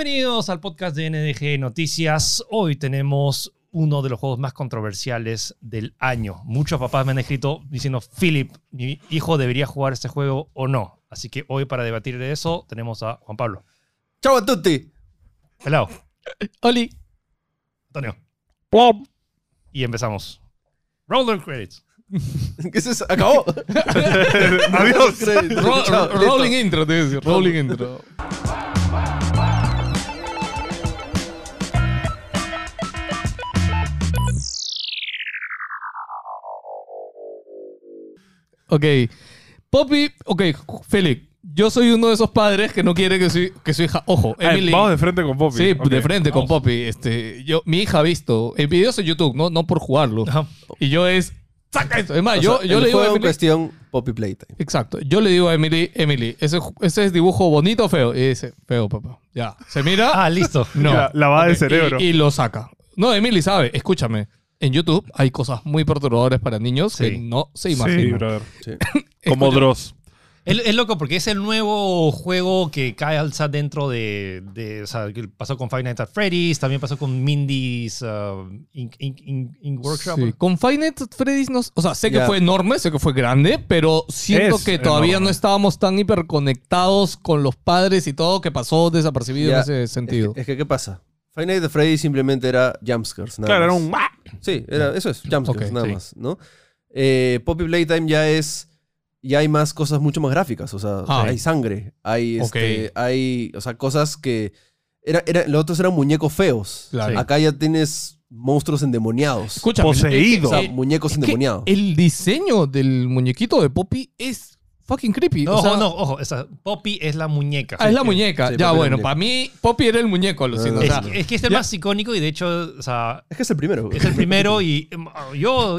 Bienvenidos al podcast de NDG Noticias. Hoy tenemos uno de los juegos más controversiales del año. Muchos papás me han escrito diciendo, Philip, mi hijo debería jugar este juego o no. Así que hoy para debatir de eso tenemos a Juan Pablo. Chau a tutti. Pelao, Oli. Antonio. Plop. Y empezamos. Roller credits. ¿Qué es eso? Acabó. Adiós. Ro- Chao, ro- listo. rolling intro, te voy a decir. Rolling intro. Ok. Poppy, ok, Félix. Yo soy uno de esos padres que no quiere que su, que su hija. Ojo, Ah, Emily. Vamos de frente con Poppy. Sí, Ok. de frente con Vamos. Poppy. Este, yo, mi hija ha visto eh, videos en YouTube, no, no por jugarlo. Ajá. Y yo es. ¡Saca esto! Es más, yo, O sea, yo el le digo a juego en Emily- cuestión Poppy Playtime. Exacto. Yo le digo a Emily, Emily, ese, ju- ese es dibujo bonito o feo. Y dice, feo, papá. Ya. Se mira. Ah, listo. no. la- lavada de Ok, cerebro. Y, y lo saca. No, Emily sabe. Escúchame. En YouTube hay cosas muy perturbadoras para niños Sí. que no se Sí, imaginan. brother. Sí. Como Dross. Es, es loco porque es el nuevo juego que cae alza dentro de, de- O sea, que pasó con Five Nights at Freddy's, también pasó con Mindy's uh, Ink, Ink- Ink- Ink Workshop. Sí. Con Five Nights at Freddy's, no, o sea, sé que Ya. fue enorme, sé que fue grande, pero siento Es que todavía enorme. no estábamos tan hiperconectados con los padres y todo que pasó desapercibido Ya. en ese Es sentido. Eh, que, es que, ¿qué pasa? Five Nights at Freddy simplemente era jumpscares. nada Claro, era más. un. ¡Ah! Sí, era, eso es, jumpscares, Ok, nada sí. más, ¿no? Eh, Poppy Playtime ya es... Ya hay más cosas mucho más gráficas. O sea, Ah. hay sangre. Hay, Ok. este, hay... O sea, cosas que... Era, era, los otros eran muñecos feos. Claro. Acá ya tienes monstruos endemoniados. Escúchame, Poseído. o sea, eh, muñecos Es que endemoniados. el diseño del muñequito de Poppy es fucking creepy. No, o sea, ojo, no, ojo. esa- Poppy es la muñeca. Ah, es la Sí, muñeca. sí, Poppy ya, era bueno, muñeca. para mí Poppy era el muñeco, alucino. No, o Es, sea, es que es el Ya. más icónico y de hecho, o sea, Es que es el primero. es el primero y em, yo...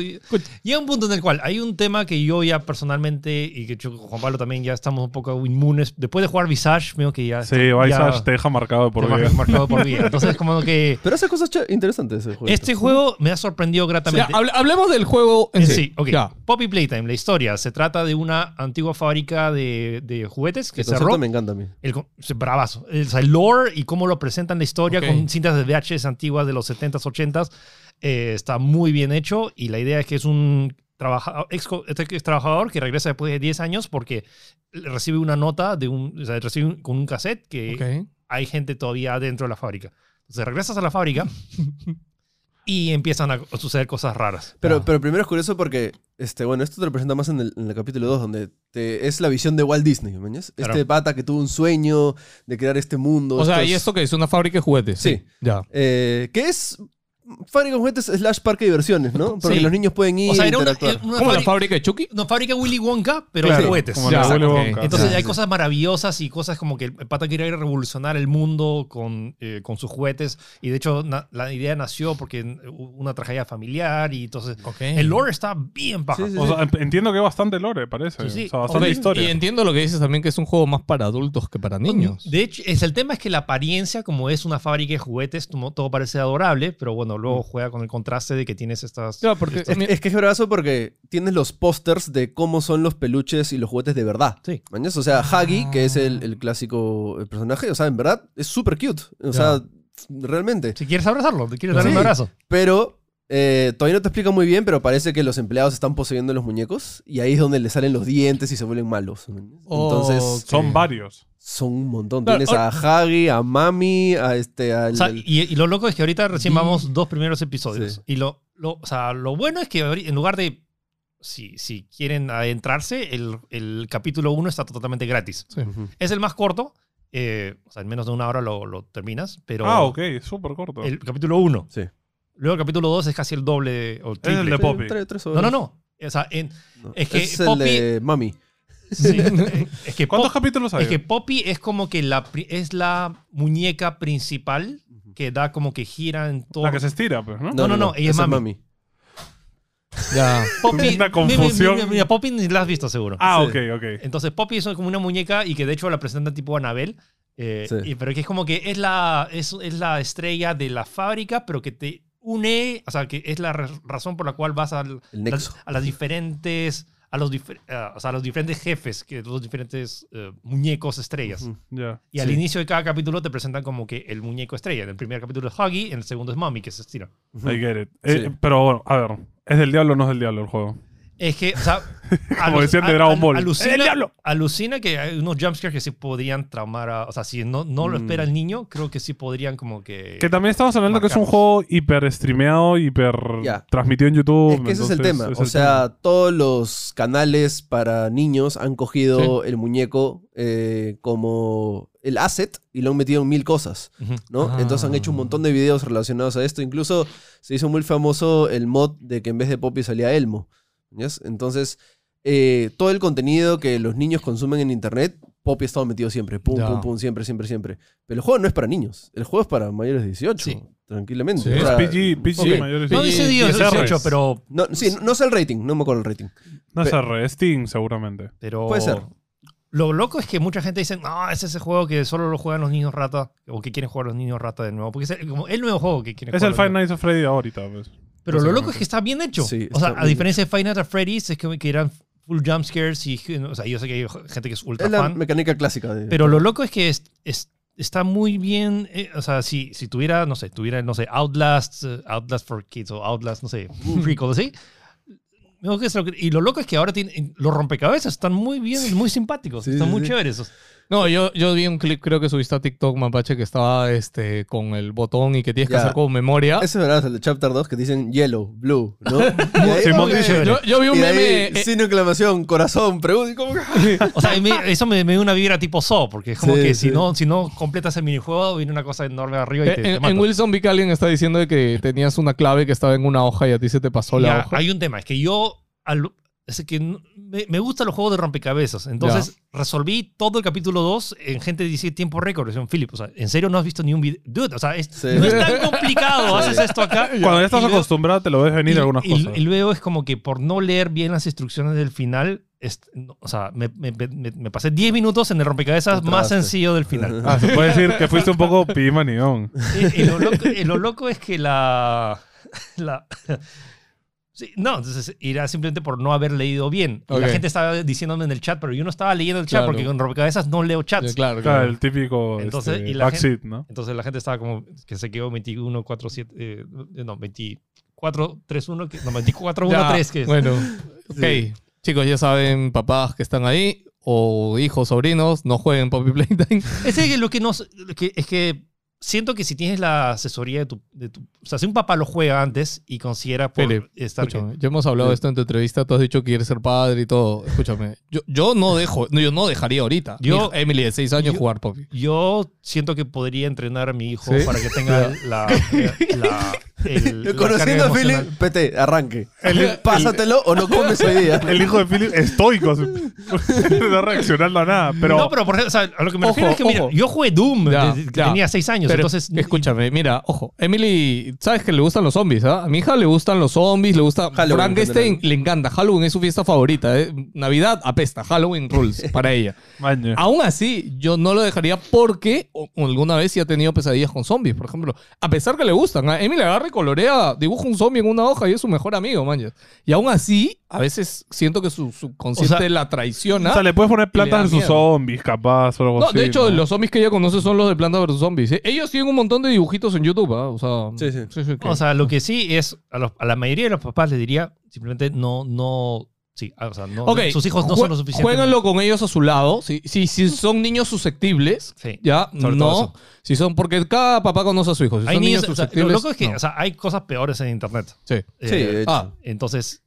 Llega un punto en el cual hay un tema que yo ya personalmente y que yo, Juan Pablo también ya estamos un poco inmunes. Después de jugar Visage, veo que ya... Sí, ya- Visage te deja marcado de por te vida. mar- marcado por vida. Entonces, como que... Pero hace cosas cha- interesantes eh, ese juego. Este juego me ha sorprendido ya, gratamente. hable- hablemos del juego en Eh, sí. sí, ok. Ya. Poppy Playtime, la historia. Se trata de una antigua fábrica de, de juguetes que El concepto cerró. me encanta a mí. El, con- es bravazo. El, o sea, el lore y cómo lo presentan la historia Ok. con cintas de VHS antiguas de los 70s, 80s. eh, está muy bien hecho y la idea es que es un trabaja- ex, co- este ex trabajador que regresa después de 10 años porque recibe una nota de un, o sea, recibe un- con un cassette que Ok. hay gente todavía dentro de la fábrica. Entonces regresas a la fábrica y empiezan a suceder cosas raras. Pero, Ah. pero primero es curioso porque, este, bueno, esto te lo presenta más en el, en el capítulo 2, donde te- es la visión de Walt Disney, ¿mañas? Claro. Este pata que tuvo un sueño de crear este mundo. O sea, estos- ¿y esto qué es? ¿Una fábrica de juguetes? Sí. Ya. eh, que es fábrica de juguetes slash parque de diversiones, ¿no? Porque Sí. los niños pueden ir O sea, era una, interactuar. era una ¿Cómo la fábrica- fábrica de Chucky? no, fábrica Willy Wonka, pero Claro, de juguetes. Como Ya, la Willy ok. Wonka. Entonces Sí, hay sí. cosas maravillosas y cosas como que el pata quiere ir a revolucionar el mundo con, eh, con sus juguetes. Y de hecho na- la idea nació porque hubo una tragedia familiar y entonces Ok. el lore está bien bajo. Sí, sí, O sea, em- entiendo que bastante lore, parece. Sí, sí. O sea, Ok, bastante Y historia. entiendo lo que dices también, que es un juego más para adultos que para niños. De hecho, es, el tema es que la apariencia, como es una fábrica de juguetes, tomo- todo parece adorable, pero bueno, Mm. luego juega con el contraste de que tienes estas... Ya, porque Es, mi- Este es que es bravazo porque tienes los pósters de cómo son los peluches y los juguetes de verdad. Sí. Ah. ¿Mañas? O sea, Haggy, que es el, el clásico eh, personaje, o sea, en verdad es súper cute. O sea, realmente. Si quieres abrazarlo, te quieres dar Sí. un abrazo. Pero eh, todavía no te explica muy bien, pero parece que los empleados están poseyendo los muñecos y ahí es donde le salen los dientes y se vuelven malos. Entonces, Ok. Son varios. son un montón. Claro, Tienes a Haggy, a Mami, a este, al... O sea, al- y, y lo loco es que ahorita recién Vi- vamos dos primeros episodios. Sí. Y lo, lo, o sea, lo bueno es que ahori- en lugar de, si, si quieren adentrarse, el, el capítulo 1 está totalmente gratis. Sí. Ujú. Es el más corto, eh, o sea, en menos de una hora lo, lo terminas, pero Ah, ok, es súper corto. el capítulo 1. Sí. Luego el capítulo 2 es casi el doble o el triple. de Poppy. Tres- tres No, horas. no, no. O sea, en- No. Es que es el Poppy- de Mami. sí, eh, es que ¿Cuántos Pop- capítulos hay? Es que Poppy es como que la, pri- es la muñeca principal que da como que gira en todo. La que se estira, pues, ¿no? No, no, no, ella es esa Mami. Ya. Poppy, Una mira, confusión. Mira, mira, Poppy ni la has visto seguro. Ah, Sí. ok, ok. Entonces Poppy es como una muñeca y que de hecho la presentan tipo Anabel. eh, Sí. y- pero que es como que es la, es, es la estrella de la fábrica, pero que te une, o sea, que es la ra- razón por la cual vas al- El nexo. las- a las diferentes a los, difer- a- o sea, a los diferentes jefes, que los diferentes eh, muñecos estrellas. Ya. Y al Sí. inicio de cada capítulo te presentan como que el muñeco estrella. En el primer capítulo es Huggy, en el segundo es Mommy, que se estira. I get it. Eh, Sí. pero bueno, a ver. ¿Es del diablo o no es del diablo el juego? Es que, o sea, alu- decían de al- Dragon al- Ball. Alucina, ¡El diablo! alucina que hay unos jumpscares que sí podrían traumar a. O sea, si no, no lo Mm. espera el niño, creo que sí podrían como que. Que también estamos hablando que es un marcamos. juego hiper streameado, hiper Ya. transmitido en YouTube. Es que ese es el entonces, tema. es o el sea, todos los canales para niños han cogido el muñeco eh, como el asset y lo han metido en mil cosas, Ujú. ¿no? Entonces han Ah. hecho un montón de videos relacionados a esto. Incluso se hizo muy famoso el mod de que en vez de Poppy salía Elmo. ¿yes? Entonces, eh, todo el contenido que los niños consumen en internet, Poppy ha estado metido siempre. Pum, Ya. pum, pum, siempre, siempre, siempre. Pero el juego no es para niños. El juego es para mayores de 18, Sí. tranquilamente. Sí. O sea, PG, PG ok. mayores. No Sí, dice sí, 10, sí, 18, sí. pero. no, sí, no sé el rating, no me acuerdo el rating. No es R, es Steam seguramente. pero Puede ser. Lo loco es que mucha gente dice, no, es ese juego que solo lo juegan los niños rata o que quieren jugar los niños rata de nuevo. Porque es el, como el nuevo juego que quieren Es jugar. el los Five niños. Nights at Freddy ahorita, pues. Pero lo loco es que está bien hecho. Sí, o sea, está a bien diferencia de Five Nights at Freddy's, es que, que eran full jump scares y. O sea, yo sé que hay gente que es ultra Es la fan. mecánica clásica. De, Pero lo loco es que es- es- está muy bien. eh, o sea, si, si tuviera, no sé, tuviera, no sé, Outlast, eh, Outlast for Kids o Outlast, no sé, un prequel así. Me gusta eso. Y lo loco es que ahora tienen, los rompecabezas están muy bien, muy simpáticos, Sí, están sí, muy sí. chéveres. O- No, yo, yo vi un clip, creo que subiste a TikTok, Mapache, que estaba este, con el botón y que tienes que Ya. hacer con memoria. Eso es verdad, el de Chapter 2 que dicen yellow, blue, ¿no? Y ahí- Simón. y ahí- Yo, yo vi un y meme. ahí, eh, sin exclamación, corazón, pregunta. y como que- O sea, y me- eso me, me dio una vibra tipo Saw, porque es como Sí, que sí. si, no, si no completas el minijuego, viene una cosa enorme arriba y eh, te, te en, mata. en Wilson vi que alguien está diciendo de que tenías una clave que estaba en una hoja y a ti se te pasó la Ya, hoja. Hay un tema, es que yo. al- es que n- me, me gustan los juegos de rompecabezas. Entonces, resolví todo el capítulo 2 en gente de 17 tiempo récord. Decían, Philip, o sea, ¿en serio no has visto ni un video? Dude, o sea, es- Sí. no es tan complicado. Haces esto acá. Cuando ya estás Y luego- acostumbrado, te lo ves venir y- algunas y- cosas. Y luego es como que por no leer bien las instrucciones del final, es- no, o sea, me, me- me- me pasé 10 minutos en el rompecabezas Te más trabaste. sencillo del final. Ah, se puede decir que fuiste un poco pimanidón. Y, y lo loco, y lo loco es que la... la- Sí, no, entonces era simplemente por no haber leído bien. Y Ok. La gente estaba diciéndome en el chat, pero yo no estaba leyendo el chat Claro. porque con rompecabezas no leo chats. Ya, claro, Claro, claro. el típico Entonces, este, y la backseat, ¿no? Entonces la gente estaba como que se quedó 21, 4, 7, eh, no, 24, 3, 1, que, no, 24, 1, Ya, 3, que es. Bueno, ok. Chicos, ya saben, papás que están ahí, o hijos, sobrinos, no jueguen Poppy Playtime. Ese es lo que nos. lo que- es que siento que si tienes la asesoría de tu, de tu- O sea, si un papá lo juega antes y considera por Philip, estar. Escúchame, ya hemos hablado de esto en tu entrevista, tú has dicho que quieres ser padre y todo. Escúchame, yo, yo no dejo, no, yo no dejaría ahorita. Yo- Yo, Emily de 6 años yo- jugar Poppy. Yo siento que podría entrenar a mi hijo ¿Sí? para que tenga la. la- el- la Ah, Conociendo carga a Philip, emocional. PT, arranque. El- Pásatelo o no comes hoy día. El hijo de Philip estoico, así, no reaccionando a nada. Pero, no, pero por ejemplo, o sea, a lo que me Ojo, refiero es que mira, ojo. yo jugué Doom Ya, desde que ya. tenía 6 años, Pero, entonces. escúchame, mira, ojo, Emily, sabes que le gustan los zombies, ¿ah? A mi hija le gustan los zombies, le gusta Halloween en Frankenstein, general. le encanta. Halloween es su fiesta favorita. ¿eh? Navidad apesta, Halloween rules para ella. maño. Aún así, yo no lo dejaría porque o- o alguna vez sí ha tenido pesadillas con zombies, por ejemplo. A pesar que le gustan, a Emily agarra y colorea, dibuja un zombie en una hoja y es su mejor amigo, man. Y aún así, a veces siento que su subconsciente O sea, la traiciona. O sea, le puedes poner le da plantas en sus miedo. zombies, capaz, o algo No, así. de hecho, ¿no? los zombies que ella conoce son los de Planta vs. Zombies. ¿eh? Ellos tienen un montón de dibujitos en YouTube, ¿ah? O sea, Sí, sí. que- O sea, lo que sí es. A, los- a la mayoría de los papás les diría simplemente no. no sí, ah, o sea, no, Ok, sus hijos no jue- son lo suficiente. Juéganlo con ellos a su lado. Si, si, si son niños susceptibles, Sí. ya, Sobre todo eso. no. Si son, porque cada papá conoce a su hijo. Si Hay son niños, niños- o sea, lo susceptibles. loco es que no. o sea, hay cosas peores en internet. Sí. Eh, Sí, de hecho. Ah, Entonces,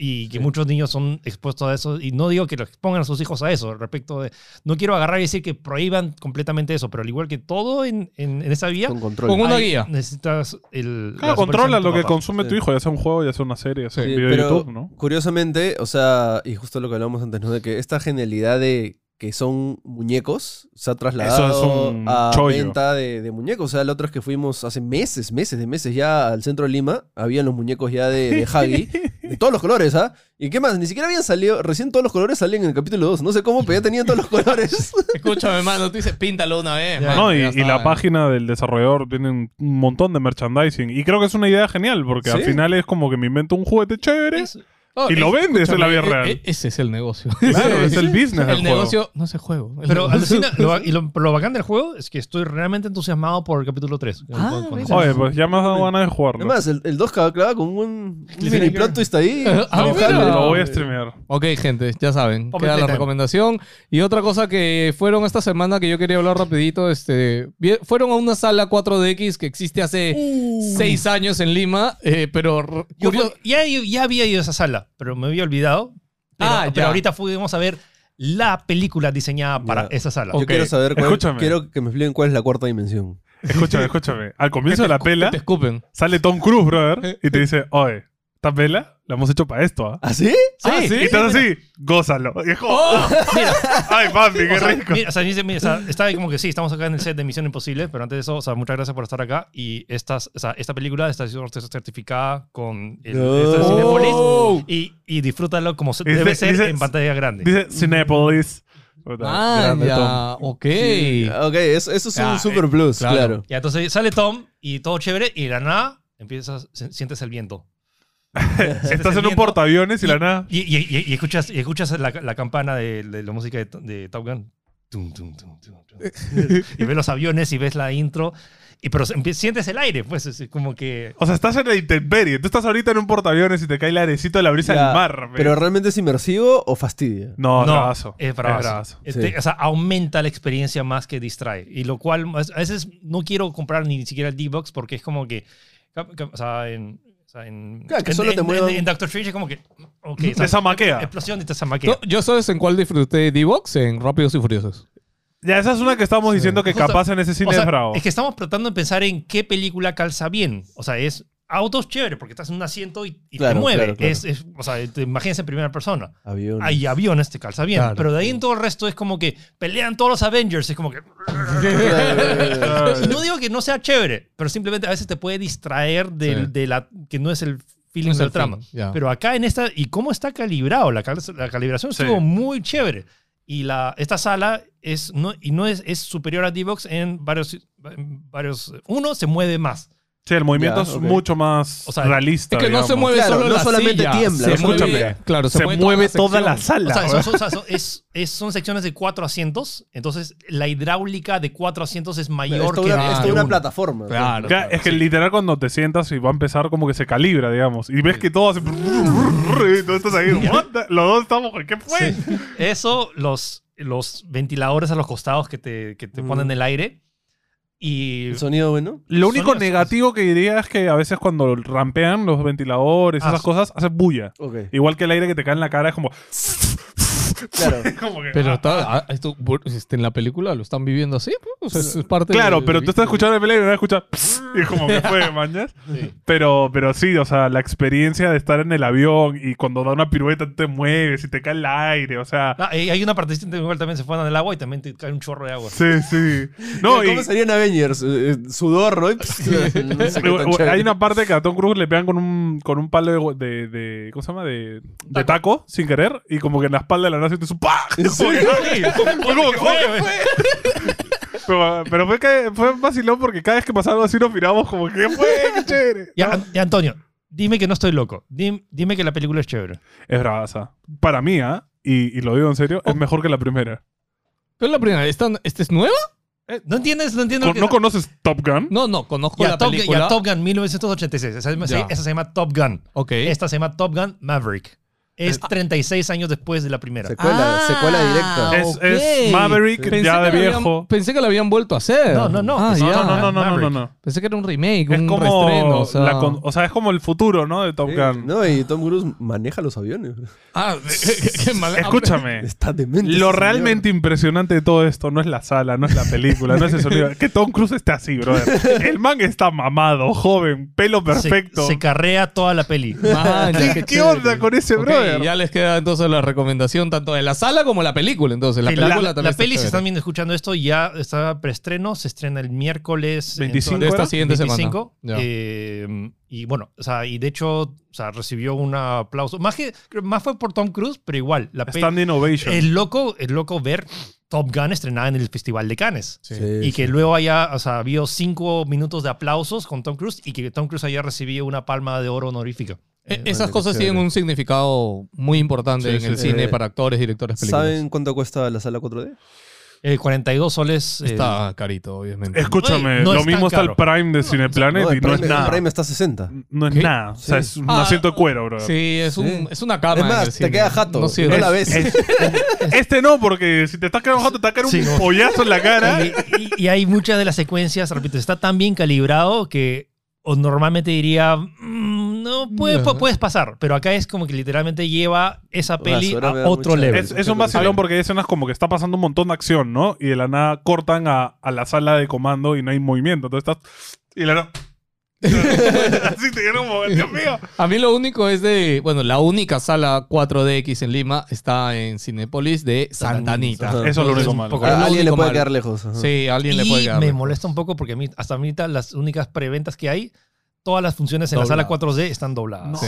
y que muchos niños son expuestos a eso. Y no digo que lo expongan a sus hijos a eso, respecto de. No quiero agarrar y decir que prohíban completamente eso, pero al igual que todo en, en- en esa vía. Con control. Con un- una hay- guía. Necesitas el. Claro, la supervisión controla de tu lo que papá. consume tu Sí. hijo, ya sea un juego, ya sea una serie, ya sea Sí, un Sí, video pero de YouTube, ¿no? curiosamente, o sea, y justo lo que hablábamos antes, ¿no? De que esta genialidad de que son muñecos se ha trasladado Eso es un a chollo. venta de, de muñecos. O sea, la otra es que fuimos hace meses, meses de meses ya al centro de Lima, habían los muñecos ya de, de Huggy, de todos los colores, ¿ah? ¿Y qué más? Ni siquiera habían salido, recién todos los colores salían en el capítulo 2, no sé cómo, pero ya tenían todos los colores. escúchame, mano. Tú dices, píntalo una vez. Ya. mano, No, y, ya y está, la eh. página del desarrollador tiene un un montón de merchandising. Y creo que es una idea genial, porque al Sí. final es como que me invento un juguete chévere. Es- Oh, Y lo es- vendes en la vida escúchame, e- real. e- Ese es el negocio. Claro, es el business del El juego. negocio no es el juego. El Pero negocio- alucina, lo, y lo, pero lo bacán del juego es que estoy realmente entusiasmado por el capítulo 3. Ah, mira. Oye, pues ya me has dado ganas de jugarlo. Además, el, el 2 clava con un, un Cliffhanger. mini plot twist ahí. Ah, dibujando. mira. Lo voy a streamear. Ok, gente, ya saben. Poppy Queda la Playtime. recomendación. Y otra cosa que fueron esta semana que yo quería hablar rapidito. Este, vi- fueron a una sala 4DX que existe hace seis años en Lima, eh, pero... r- Uh. Yo curio- fui- ya, yo- ya había ido a esa sala, pero me había olvidado. Pero, Ah, pero ya. ahorita fuimos a ver la película diseñada para Ya. esa sala. Yo Ok. quiero saber, cuál- Escúchame. quiero que me expliquen cuál es la cuarta dimensión. Escúchame, escúchame. Al comienzo de la pela ¿Ah? Te escupen. sale Tom Cruise, brother, y te dice, oye, esta pela la hemos hecho para esto, ¿ah? ¿Ah, sí? Ah, sí, Y estás así, gózalo. Y es como, "Oh". ay, papi, qué O sea, rico. mira, o sea, dice, mira, o sea, está ahí como que sí, estamos acá en el set de Misión Imposible, pero antes de eso, o sea, muchas gracias por estar acá. Y estas, o sea, esta película está siendo certificada con el, No. esto de Cinépolis. Oh. y, y disfrútalo como se- Dice- debe ser dice- en pantalla grande. Dice Cinepolis. Ah, ya. Ok. Ok, eso, eso es un Ah, super plus, claro. claro. Ya, entonces sale Tom y todo chévere y de la nada empiezas, se- sientes el viento. Estás en un portaaviones y la nada. Y, y- y- y escuchas, y escuchas la, la campana de, de la música de, de Top Gun. Tum, tum, tum, tum, tum. y ves los aviones y ves la intro. Y, pero se- empie- sientes el aire, pues es como que... O sea, estás en la intemperie. Tú estás ahorita en un portaaviones y te cae el airecito de la brisa Ya, del mar. Pero realmente es inmersivo o fastidia. No, no, bravazo. es bravazo. Eh, Sí. te- O sea, aumenta la experiencia más que distrae. Y lo cual, a veces no quiero comprar ni siquiera el D-Box porque es como que... cap- cap- O sea, en... o sea, en, Claro, que en- solo te en- muevan. en- en Doctor Strange es como que... ok, o sea, Te zamaquea. Explosión y te zamaquea. No, Yo sabes en cuál disfruté D-Box, en Rápidos y Furiosos. Ya, esa es una que estábamos diciendo que Justo- capaz en ese cine O sea, es bravo. que estamos tratando de pensar en qué película calza bien. O sea, es autos chévere porque estás en un asiento y, y te Claro, mueve. claro, claro. Es, es- o sea, te imaginas en primera persona. Avión. Hay aviones, te calza bien. Claro. pero de ahí en todo el resto es como que pelean todos los Avengers. Es como que. Claro. Y no digo que no sea chévere, pero simplemente a veces te puede distraer del- Sí. de la que no es el No feeling es del el trama. feeling, ya. Pero acá en esta, y cómo está calibrado, la, cal- la calibración Sí. estuvo muy chévere. Y la, esta sala es, no, y no es, es superior a D-Box en varios, en varios... Uno se mueve más. Sí, el movimiento Ya, es ok. mucho más O sea, realista. Es que no se digamos. mueve Claro, solo no la solamente silla, tiembla, se escúchame. mueve, claro, se, Se mueve toda la sección. sala. O sea, son, son- o sea, son- es, es- son secciones de cuatro asientos, entonces la hidráulica de cuatro asientos es Claro, mayor esto que una, la esto de una uno. plataforma. Claro. Ya, es que literal cuando te sientas y va a empezar como que se calibra, digamos. Y ves que todo hace... y tú estás ahí. "What the-" Los dos estamos... ¿Qué fue? Eso, los, los ventiladores a los costados que te, que te Mm. ponen el aire. Y El sonido bueno. Lo único Sonidos- negativo que diría es que a veces cuando rampean los ventiladores, Ah, esas sí. cosas, hace bulla. Ok. Igual que el aire que te cae en la cara es como... Claro. como que- Pero ah, está, ah, esto, bu- este, en la película lo están viviendo así, pues, o sea, es parte Claro, de- pero tú estás escuchando el pelea y no escuchas... Y es como que fue, mañas. Pero, pero sí, o sea, la experiencia de estar en el avión y cuando da una pirueta tú te mueves y te cae el aire, o sea... ah, y hay una partecita en la cual también se fueron al agua y también te cae un chorro de agua. Sí, sí. No, y, eh, ¿Cómo serían Avengers? Eh, eh, sudor, ¿no? Y- no sé qué tan Hay- chévere. Hay una parte que a Tom Cruise le pegan con un, con un palo de, de, de- ¿Cómo se llama? De, de taco, sin querer. Y como que en la espalda de la nada sientes un ¡pah! Como que, Fue como que, ¡oh, qué fue! Pero, pero fue, que, fue vacilón porque cada vez que pasaba algo así nos miramos como que "¿Qué fue, qué chévere. Ya, An- ya, Antonio, dime que no estoy loco. Dim- dime que la película es chévere. Es bravaza. Para mí, ¿ah? Y, y lo digo en serio, es mejor que la primera. Pero la primera, ¿esta, esta es nueva? ¿No entiendes? No entiendo. Con- lo que- ¿No conoces Top Gun? No, no, conozco ya, la Top, Gun- película. ya, Top Gun 1986. Esa, se llama- Ya. esa se llama Top Gun. Ok. Esta se llama Top Gun Maverick. Es 36 años después de la primera. Secuela, Ah, secuela directa. Es, ok. es Maverick Pensé ya de que la habían- viejo. pensé que la habían vuelto a hacer. No, no, no. Ah, Es- ya. No, no, no, no, no, no, Maverick. no. Pensé que era un remake, Es un como reestreno. O sea. la con- o sea, es como el futuro, ¿no? De Top Eh, Gun. No, y Tom Cruise maneja los aviones. Ah, qué ah, mala- Escúchame. Está demente. ese Eh, Lo señor. realmente impresionante de todo esto no es la sala, no es la película, no es el sonido. Que Tom Cruise esté así, brother. El man está mamado, joven, pelo Se- perfecto. Se, carrea toda la peli. Man, ya, ¿Qué, chévere. onda con ese Ok, brother? Ya les queda entonces la recomendación tanto de la sala como la película. Entonces, la Sí, película la, también. la está peli, si chévere. están viendo escuchando esto, ya está preestreno. Se estrena el miércoles en 25 todas- De esta siguiente 25, semana. Ya. eh, y bueno, o sea, y de hecho, o sea, recibió un aplauso. Más, que, creo- más fue por Tom Cruise, pero igual. La peli- Stand Innovation. es loco, es loco ver Top Gun estrenada en el Festival de Cannes. Sí, Y sí. que luego haya, o sea, habido cinco minutos de aplausos con Tom Cruise y que Tom Cruise haya recibido una palma de oro honorífica. E- Eh, Esas vale, cosas chévere. tienen un significado muy importante Sí, en sí, el sí. cine Eh, para actores, directores, películas. ¿Saben cuánto cuesta la sala 4D? Eh, 42 soles. eh, Está Ah, carito, obviamente. Escúchame, Oye, no lo es tan mismo está caro. el Prime de Cineplanet No, el y Ah, no Prime, es nada. el Prime está a 60. No es ¿Qué? nada. O sea, Sí. es un Ah, asiento de cuero, bro. Sí, es, un, Sí. es una cama. Es más, en el te cine. queda jato, Ah, No sirve. no la ves. Es- este no, porque si te estás quedando jato, te va a caer un Sí, no. pollazo en la cara. Eh, Y, y- y hay muchas de las secuencias, repito, está tan bien calibrado que o normalmente diría, "Mm, no, puede- Ya. pu- puedes pasar, pero acá es como que literalmente lleva esa Bueno, peli seguro me a da otro mucha- level. Es, es un vacilón porque hay escenas como que está pasando un montón de acción, ¿no? Y de la nada cortan a, a la sala de comando y no hay movimiento. Entonces estás. Y de la nada. Así te dieron como, Dios mío. A mí lo único es de, bueno, la única sala 4DX en Lima está en Cinepolis de Santanita. Ajá. Eso es lo único malo. un poco- A- es lo alguien le único puede malo. quedar lejos. ajá. Sí, alguien le puede pues. Y quedar. me molesta un poco porque a mí, hasta ahorita las únicas preventas que hay, todas las funciones en la sala Doblado. 4D están dobladas. Sí.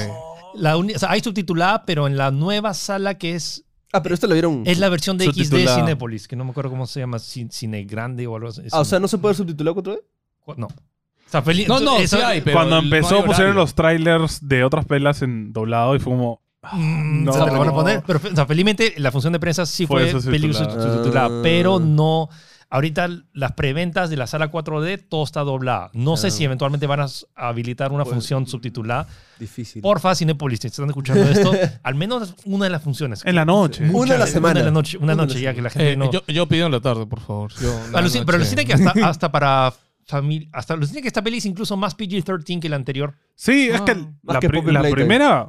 La uni- o sea, hay subtitulada, pero en la nueva sala que es Ah, pero esto lo vieron. es la versión de XD de Subtitulada. Cinépolis, que no me acuerdo cómo se llama, Cin- Cine Grande o algo así. Ah, o sea, ¿no se puede subtitular 4D? Cu- No. O sea, feliz. No, no, sí eso- hay, pero Cuando el- no empezó, hay pusieron horario. los trailers de otras pelas en doblado y fue como. Mm, No. se lo van a poner, pero o sea, felizmente la función de prensa sí Fue fue, subtitulada. película Ah. subtitulada, pero no. Ahorita las preventas de la sala 4D, todo está doblado. No sé Ah. si eventualmente van a s- habilitar una Pues- función subtitulada. Difícil. Porfa, Cinepolis, si están escuchando esto, al menos una de las funciones. En la noche. Muy- Una a la semana. Una de la noche, una Una a la noche ya semana. que la gente Eh, no. yo, yo pido en la tarde, por favor. Yo, no, Aluci- no, pero che. alucina que hasta, hasta para familia. Hasta alucina que esta peli es incluso más PG-13 que la anterior. Sí, es que Más la, que pri- Poppy la Playtime. primera.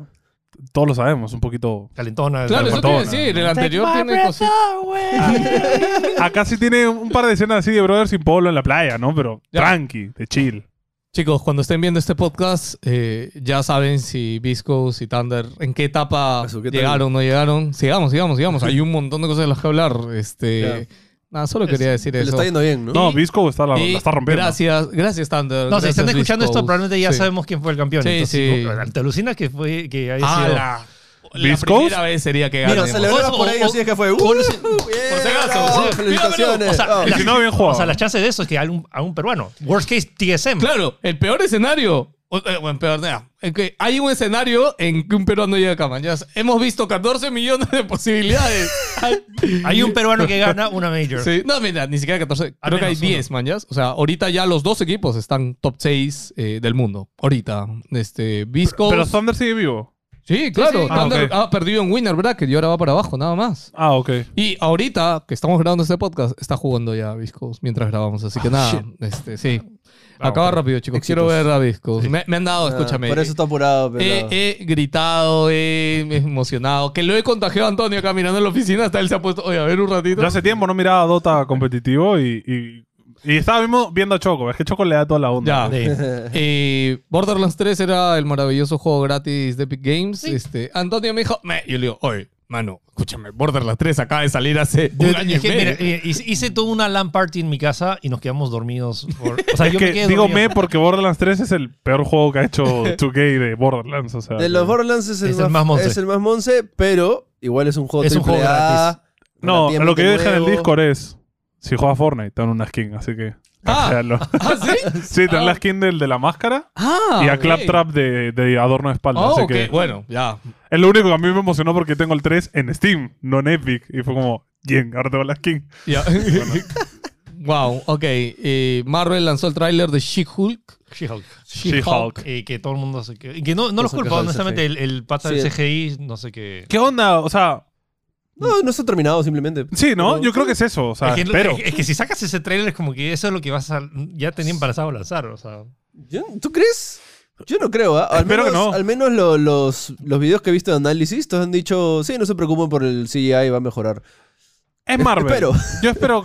Todos lo sabemos, un poquito. Calentona. Claro, eso te iba a Matona. decir. El anterior tiene cositas. Acá sí tiene un par de escenas así de brother sin polo en la playa, ¿no? Pero Ya. tranqui, de chill. Chicos, cuando estén viendo este podcast, eh, ya saben si Viscos y Thunder, en qué etapa Eso, ¿qué tal? llegaron no llegaron. Sigamos, sigamos, sigamos. Hay un montón de cosas de las que hablar. Este, nada, solo quería decir Le eso. está yendo bien, ¿no? No, Visco está la, Y la está rompiendo. Gracias, gracias, Thunder. No, si están Gracias, escuchando Viscos. esto, probablemente ya Sí. sabemos quién fue el campeón. Sí, sí. Te alucinas que fue que haya Ah, sido. la, la ¿Viscos? primera vez sería que Mira, ganemos. celebramos O- por o- ellos y es que fue. ¡Uh! o- ¡Bien! por si acaso, bravo! sí. ¡Felicitaciones! Ah, O sea, Vamos. Y si no, bien jugado. O sea, la chance de eso es que a un, a un peruano. Worst case TSM. Claro, el peor escenario. o- eh, Bueno, peor, nada. Es que hay un escenario en que un peruano llega acá, man. Ya hemos visto 14 millones de posibilidades. Hay- Hay un peruano que gana una major. Sí, no, mira, ni siquiera 14. Al Creo que hay menos uno. 10, manjas. O sea, ahorita ya los dos equipos están top 6 eh, del mundo. Ahorita. Este, Visco. Pero Thunder sigue vivo. sí, claro. sí. Ah, Thunder ok. ha perdido en Winner Bracket y ahora va para abajo, nada más. Ah, ok. Y ahorita que estamos grabando este podcast, está jugando ya Viscos mientras grabamos. Así que nada, este, sí. Acaba rápido, chicos. Quiero Éxitos. ver a Viscos. Me, me han dado, escúchame. Ah, Eh, Por eso está apurado, pero. He, he gritado, he me he emocionado. Que lo he contagiado a Antonio acá mirando en la oficina. Hasta él se ha puesto, oye, a ver un ratito. Yo hace tiempo no miraba Dota competitivo y, y, y estaba mismo viendo a Choco. Es que Choco le da toda la onda. Ya. Eh, Borderlands 3 era el maravilloso juego gratis de Epic Games. Este, Antonio me dijo, me, yo le digo, oye, mano, escúchame, Borderlands 3 acaba de salir hace Yo- un año y es que, mira, medio. eh, hice hice toda una LAN party en mi casa y nos quedamos dormidos. por- o sea, Es yo que me quedé digo dormido. me porque Borderlands 3 es el peor juego que ha hecho 2K de Borderlands. O sea, De los Borderlands es el, Es el más más monce. Es el más monce, pero igual es un juego Es un juego AAA, No, lo que yo dije en el relativamente nuevo. Discord es: si juegas Fortnite, te dan una skin, así que. Ah. canjealo. ¿Ah, sí? sí, te dan Ah. la skin del de la máscara Ah, y a ok. Claptrap de, de adorno de espalda. Oh, así ok, que bueno, ya. es lo único que a mí me emocionó porque tengo el 3 en Steam, no en Epic. Y fue como, bien, ahora tengo la skin. ya. wow, ok. eh, Marvel lanzó el tráiler de She-Hulk. She-Hulk. She-Hulk. Eh, que todo el mundo se que, que no, no No los se culpa, quejó del honestamente. El, el pata Sí. del CGI, no sé qué. ¿Qué onda? O sea, No, no está terminado simplemente. sí, ¿no? Pero- Yo creo que es eso. O sea, es, que, espero. es que- es que si sacas ese trailer es como que eso es lo que vas a. Ya tenían pensado lanzar, o sea. Yo- ¿Tú crees? Yo no creo, ¿ah? Al Espero menos, que no. al menos lo- los, los videos que he visto de análisis todos han dicho, sí, no se preocupen por el CGI, va a mejorar. Es Marvel. Espero. Yo espero.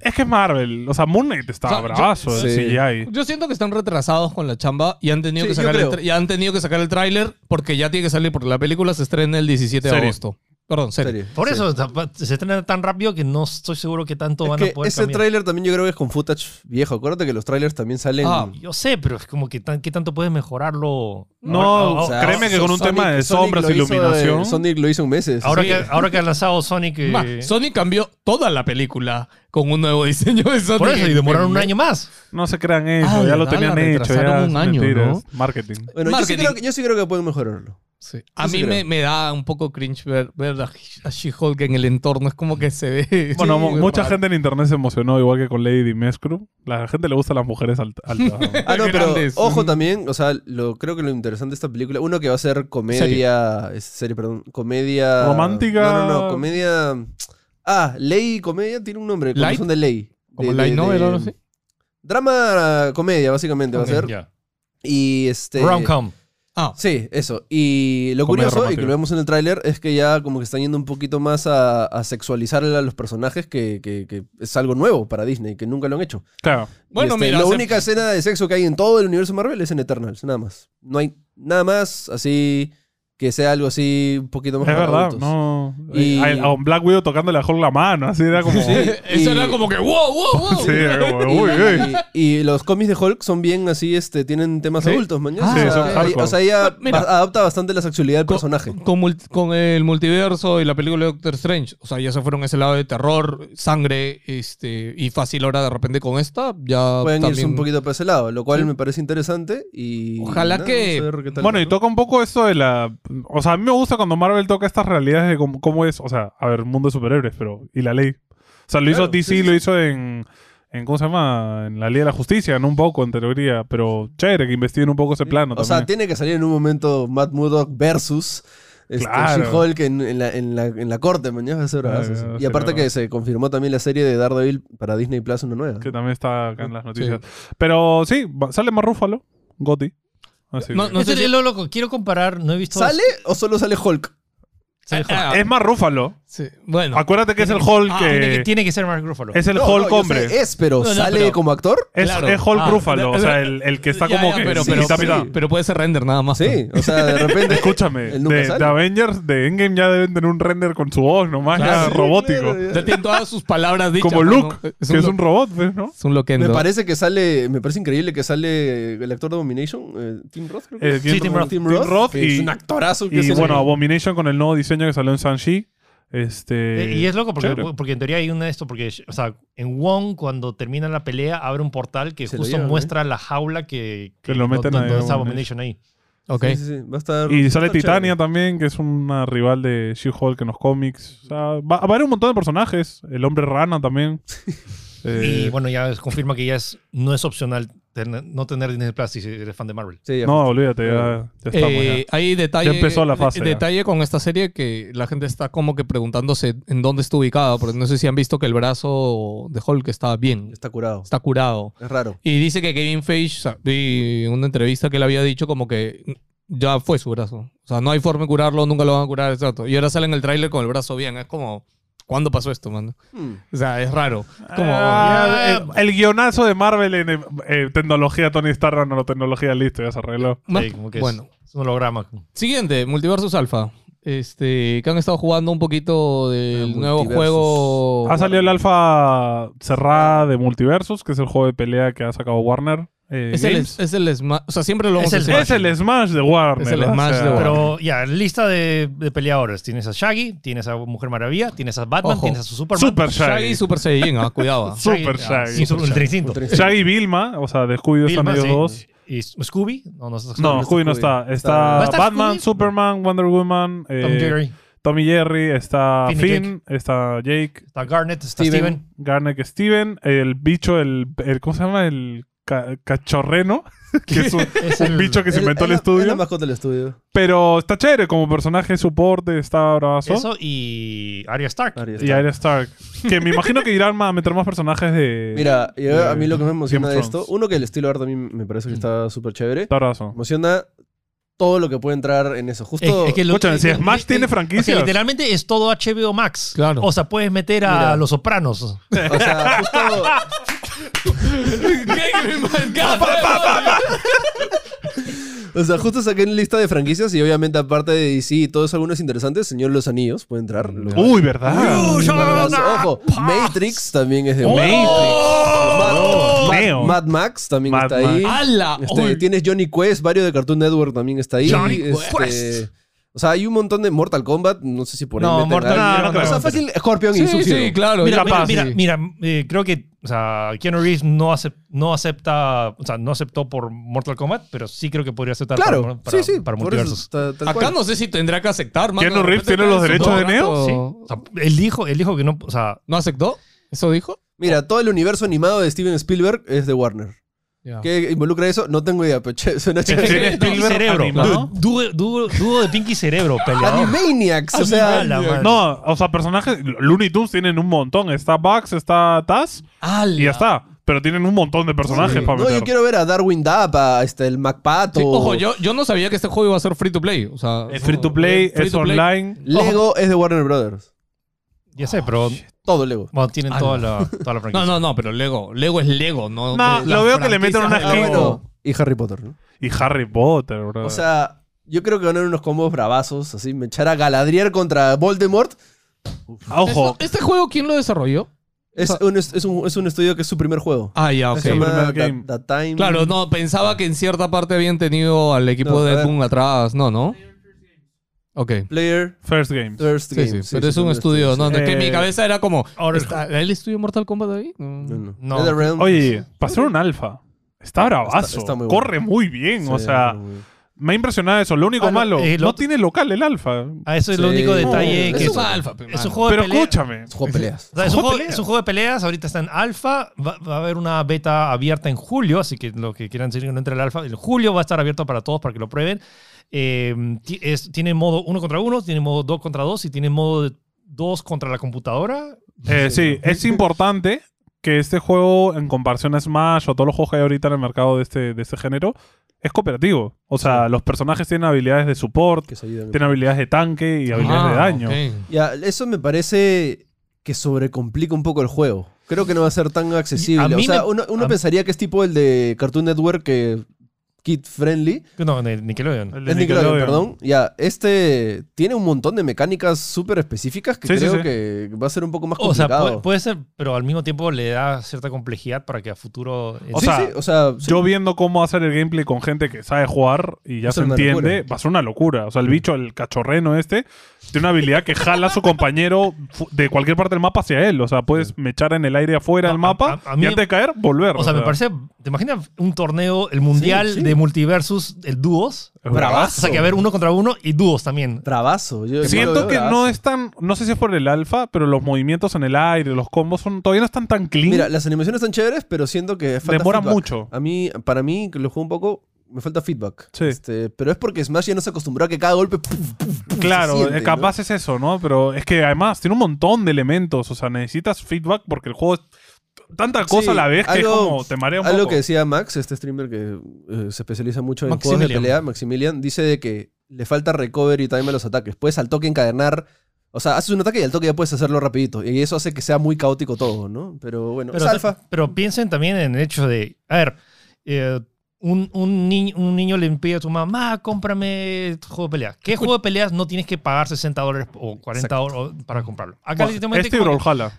Es que es Marvel. O sea, Moon Knight estaba O sea, bravazo yo- el Sí. CGI. Yo siento que están retrasados con la chamba y han tenido, Sí, que, yo sacar el creo. tra- y han tenido que sacar el tráiler porque ya tiene que salir, porque la película se estrena el 17 de Serie. agosto. Perdón, serie. Serio. Por Sí. eso tapa- se estrena tan rápido que no estoy seguro que tanto Es van que a poder ese cambiar. tráiler también yo creo que es con footage viejo. Acuérdate que los trailers también salen. Ah, Yo sé, pero es como que tan, qué tanto puedes mejorarlo. No, ahora, o ahora- sea, créeme que con un Sonic- tema de Sonic sombras, lo hizo, iluminación. eh, Sonic lo hizo en meses. ahora Sí. que, ahora que ha lanzado Sonic. eh, Ma, Sony cambió toda la película con un nuevo diseño de Sonic. por eso, y demoraron un año más. No se crean eso, Ah, ya lo ¿verdad? tenían La hecho. retrasaron Ya un es año, mentiras. ¿no? Marketing. Bueno, yo sí, Marketing. creo, que- yo sí creo que pueden mejorarlo. Sí. A Eso mí creo. me, me da un poco cringe ver, ver a She- a She-Hulk en el entorno. Es como que se ve. Bueno, Sí, mo- es mucha raro. gente en internet se emocionó, igual que con Lady Dimescu. La gente le gusta las mujeres alt- altas. ¿no? Ah, no, pero Grandes. ojo Ujú. también, o sea, lo, creo que lo interesante de esta película, uno que va a ser comedia, es serie, perdón, comedia... Romántica. No, no, no, comedia... Ah, ley, comedia, tiene un nombre, como Light. son de ley. Como De- light de- novel de- o algo así. Drama, comedia, básicamente Ok, va a ser. Ya. Y este... Rom-com. Ah, Sí, eso. Y lo curioso, Comedia y que romántica. lo vemos en el tráiler, es que ya como que están yendo un poquito más a, a sexualizar a los personajes, que, que- que es algo nuevo para Disney, que nunca lo han hecho. Claro. bueno, Este, mira. La se- única escena de sexo que hay en todo el universo Marvel es en Eternals, nada más. No hay nada más así que sea algo así un poquito Es más para verdad, adultos. no. Y- A, a un Black Widow tocándole a Hulk la mano, así era como. Sí, Eso y- era como que wow, wow, wow. era como, Y, uy, uy. y- y los cómics de Hulk son bien así, este, tienen temas Sí. adultos, man. Ah, o, sea, sí, son ahí- hardcore. o sea, ella Pero, mira. ba- adapta bastante la sexualidad del personaje. Con, mul- con el multiverso y la película de Doctor Strange. O sea, ya se fueron a ese lado de terror, sangre, este, y fácil ahora de repente con esta, ya Pueden irse también- un poquito para ese lado, lo cual Sí. me parece interesante y... Ojalá que- vamos a ver qué tal. Bueno, y toca un poco eso de la. O sea, a mí me gusta cuando Marvel toca estas realidades de cómo, cómo es. O sea, a ver, mundo de superhéroes, pero. Y la ley. O sea, lo hizo Claro, DC, sí, sí. lo hizo en. en ¿Cómo se llama? En la Liga de la Justicia, ¿no? Un poco, en teoría. Pero chévere que investiguen un poco ese plano O sea, también. tiene que salir en un momento Matt Murdock versus este, Claro. She-Hulk en, en la, en la- en la corte, mañana va a ser Claro, bravazo, sí. va a Y ser aparte que bravazo. se confirmó también la serie de Daredevil para Disney Plus, una nueva. que también está acá en las noticias. Pero sí, va- sale más Rúfalo, Gotti. Así No, que- no Este sé si- es lo loco. Quiero comparar, no he visto... ¿Sale o solo sale Hulk? Sale Hulk. Ah, Es más Rúfalo. sí. Bueno, Acuérdate que es el Tiene- Hulk ah, Tiene que, que. tiene que ser Mark Ruffalo. Es el No, no, Hulk yo hombre. sé, eh, es, pero No, no, ¿sale pero- como actor? Es, Claro. es Hulk Ah, Rúfalo, o sea, el, el que está Ya, como ya, que pero- sí, pero- mitad, mitad. sí. Ah, pero puede ser render nada más. ¿no? Sí, o sea, de repente... Escúchame, Él nunca de, sale. de Avengers, de Endgame ya deben tener un render con su voz nomás, Claro, ya sí, robótico. Ah, claro, Ya tiene todas sus palabras dichas. como pero Luke, no, que es lo- un robot, pues, ¿no? es un loquendo. Me parece que sale, me parece increíble que sale el actor de Domination, Tim Roth, creo que Eh, es. Sí, Tim Roth. Tim Tim Roth, Roth que es y, un actorazo que y, es el- bueno, Abomination con el nuevo diseño que salió en Sanshi. Este, Eh, Y es loco porque, chévere. porque en teoría hay una de esto, porque o sea, en Wong cuando termina la pelea abre un portal que Se lo justo lleva, ¿no? muestra la jaula que, Que lo meten donde, ahí, donde está Abomination Abomination. ahí. Ok. Sí, sí, sí, va a estar- va Y a sale estar Titania chévere. también, que es una rival de She-Hulk en los cómics. O sea, va, va a haber un montón de personajes. El hombre rana también. Eh, y bueno, ya es- confirma que ya es, no es opcional tener- no tener Disney Plus si eres fan de Marvel. Sí, ya no, olvídate, ya, ya estamos. Eh, hay detalle, Ya empezó la fase, de- ya. detalle con esta serie que la gente está como que preguntándose en dónde está ubicada, porque no sé si han visto que el brazo de Hulk está bien, Está curado. está curado. Es raro. Y dice que Kevin Feige, o sea, vi una entrevista que él había dicho como que ya fue su brazo. O sea, no hay forma de curarlo, nunca lo van a curar, exacto. Y ahora sale en el tráiler con el brazo bien. Es como, ¿cuándo pasó esto, mano? Hmm. O sea, es raro. ya. Como, eh, Ah, el, el guionazo de Marvel en eh, eh, tecnología Tony Stark, no, tecnología listo, ya se arregló. Ma- Sí, como que es- bueno. es, un holograma. Ah. Siguiente, Multiversus Alpha. Este, que han estado jugando un poquito del Ah, nuevo Multiversus. juego. Ha salido el alfa cerrada de Multiversus, que es el juego de pelea que ha sacado Warner. eh, Es el, Games. es el Smash. O sea, siempre lo Es vamos a el decir. Es el Smash de Warner. Es el o sea, Smash de Warner. Pero ya, lista de, de peleadores. Tienes a Shaggy, tienes a Mujer Maravilla, tienes a Batman, Ojo. tienes a su Superman. Super Shaggy Shaggy. Super Saiyajin, ah, cuidado. ah. Super ah, Shaggy. sí, Super- Ultra Instinto. Ultra Instinto. Shaggy y Vilma, o sea, de Scooby-Doo están Vilma, ellos sí. dos. Y Scooby, no, no, está No, Scooby no Scooby. está. Está, Está- ¿Va a estar Batman, Scooby? Superman, Wonder Woman, eh, Tom Jerry, Tommy Jerry, está Finn y Finn, está Jake, está Garnet, está Steven. Steven. Garnet, Steven, el bicho, el, el- ¿cómo se llama? El ca- cachorreno, que es un, Es un bicho que se Es- inventó es el la- estudio. Es la mascota del estudio. Pero está chévere como personaje de soporte, está bravazo. Eso y Arya Stark. Arya Y Arya Stark. que me imagino que irán a meter más personajes de. Mira, yo- de a mí lo que me Game of emociona de Thrones. Mm. esto, uno que el estilo de arte a mí me parece que está súper chévere. Está bravazo. Emociona todo lo que puede entrar en eso. Justo Es- es que lo- Escúchame, si eh, Smash eh, tiene eh, franquicias. o sea, literalmente es todo HBO Max. Claro. O sea, puedes meter a Mira. Los Sopranos. O sea, justo. O sea, justo saqué una lista de franquicias y obviamente aparte de DC y todos algunos interesantes, Señor de los Anillos puede entrar. lo cual- Uy, ¿verdad? Uy, yo- Ojo, Matrix también es de Mad, Neo. Mad Max también Mad está Max. ahí. ¡Hala! Este, Uy. tienes Johnny Quest, varios de Cartoon Network también está ahí. Johnny Este, Quest. O O sea, hay un montón de Mortal Kombat, no sé si por ahí No, meten Mortal algo. Kombat no O sea, creo. fácil Scorpion y Sí, Sub-Zero. sí, claro. Mira, ya mira, capaz, mira, sí. mira, eh, creo que o sea, Keanu Reeves no, acep- no acepta, o sea, no aceptó por Mortal Kombat, pero sí creo que podría aceptar Claro, para, para, sí, sí. para por eso multiversos. está- tal Acá cual. no sé si tendrá que aceptar, mano. Keanu De Reeves repente tiene los su derechos de contrato- Sí. O sea, él, dijo, él dijo que no, o sea, ¿No aceptó? ¿Eso dijo? Mira, todo el universo animado de Steven Spielberg es de Warner. Ya. ¿Qué involucra eso? No tengo idea, pero che, suena Pinky chévere. Spielberg Cerebro. animado. Dude, Dúo, dúo de Pinky Cerebro, peleador. Animaniacs, Ah, o A sea, la madre. No, o sea, personajes. Looney Tunes tienen un montón. Está Bugs, está Taz y ya está. Pero tienen un montón de personajes Sí. para no, meter. yo quiero ver a Darwin Dupp, a este, el MacPato. Sí, ojo, yo, yo no sabía que este juego iba a ser free to play. O sea, Es free to play, free es to play. online. Lego es de Warner Brothers. Ya sé, pero Todo Lego. bueno, tienen Ah, toda no. la, toda la franquicia. No, no, no, pero Lego. Lego es Lego, no. la No, lo veo que le meten una franquicia skin. Lego. Ah, Y Harry Potter, ¿no? Y Harry Potter, Ah. bro. O sea, yo creo que van a haber unos combos bravazos, así, me echar a Galadriel contra Voldemort. Ojo. Esto- ¿Este juego quién lo desarrolló? Es O un, es, es un, es un estudio que es su primer juego. Ah, ya, ok. Se llama Primer Da- game. Da Time. Claro, no, pensaba que en cierta parte habían tenido al equipo No, a de ver. Ed Boon atrás. No, ¿no? Ok. Player First Games. First Sí, Game. sí, Sí, pero sí, es un primer estudio. No, sí. no, es que en mi Eh, cabeza era como. ahora- ¿Está el estudio Mortal Kombat ahí? No. No, no. No. NetherRealm, Oye, para ser un alfa. Está bravazo. Está- está muy bueno. Corre muy bien. pues, sí, o sea, me ha impresionado eso. Lo único Ah, no, malo, eh, lo no otro- tiene local el alfa. Ah, eso es lo Sí. único detalle No, que Es es, un alfa, pe, es un mano. juego de Pero pelea- escúchame. es un juego de peleas. O sea, es, un Juego juego, de pelea. es un juego de peleas, ahorita está en alfa, va, va a haber una beta abierta en julio, así que lo que quieran decir que no entre el alfa, el julio va a estar abierto para todos para que lo prueben. Eh, ti- es- tiene modo uno contra uno, tiene modo dos contra dos y tiene modo de dos contra la computadora. Eh, sí, es importante que este juego, en comparación a Smash o a todos los juegos que hay ahorita en el mercado de este, de este género, es cooperativo. O sea, los personajes tienen habilidades de support, Que se ayudan. tienen habilidades de tanque y habilidades Ah, de daño. ok. Ya, eso me parece que sobrecomplica un poco el juego. Creo que no va a ser tan accesible. O mí sea, me- uno, uno a- pensaría que es tipo el de Cartoon Network, que kid friendly. No, de Nickelodeon. El de Es Nickelodeon, Nickelodeon. perdón. Ya, este tiene un montón de mecánicas súper específicas que Sí, sí, creo sí. que va a ser un poco más O sea, complicado. puede, puede ser, pero al mismo tiempo le da cierta complejidad para que a futuro... O Sí, sea, sí, o sea, sí. Yo viendo cómo hacer el gameplay con gente que sabe jugar y ya Va a se ser una entiende, locura. va a ser una locura. O sea, el bicho, el cachorreno este, tiene una habilidad que jala a su compañero fu- de cualquier parte del mapa hacia él. O sea, puedes mechar en el aire afuera No, del a- mapa a- a mí- y antes de caer, volver. o sea, me parece, ¿te imaginas un torneo, el mundial Sí, sí. de multiversus, el dúos? Es O bravazo. sea, que haber uno contra uno y dúos también. bravazo. Yo- yo lo Siento veo que bravazo. no es tan. No sé si es por el alfa, pero los movimientos en el aire, los combos son, todavía no están tan clean. Mira, las animaciones están chéveres, pero siento que falta Demora feedback. mucho. A mí, para mí, que lo juego un poco, me falta feedback. Sí. Este, pero es porque Smash ya no se acostumbró a que cada golpe. puf, puf, puf, claro, se siente, eh, capaz es eso, ¿no? Pero es que además tiene un montón de elementos. O sea, necesitas feedback porque el juego es t- tanta ¿no? cosa a la Sí, vez que algo- es como te marea un Algo poco. que decía Max, este streamer que eh, se especializa mucho en juegos de Maximilian. pelea, Maximilian, dice de que le falta recovery time a los ataques. Puedes al toque encadenar. O sea, haces un ataque y al toque ya puedes hacerlo rapidito. Y eso hace que sea muy caótico todo, ¿no? Pero bueno, Pero, es alfa. pero piensen también en el hecho de, a ver, eh, un, un ni- un niño le pide a tu mamá, cómprame este juego de peleas. ¿Qué juego de peleas no tienes que pagar 60 dólares o 40 dólares para comprarlo? Acá literalmente Este y como- Brawlhalla.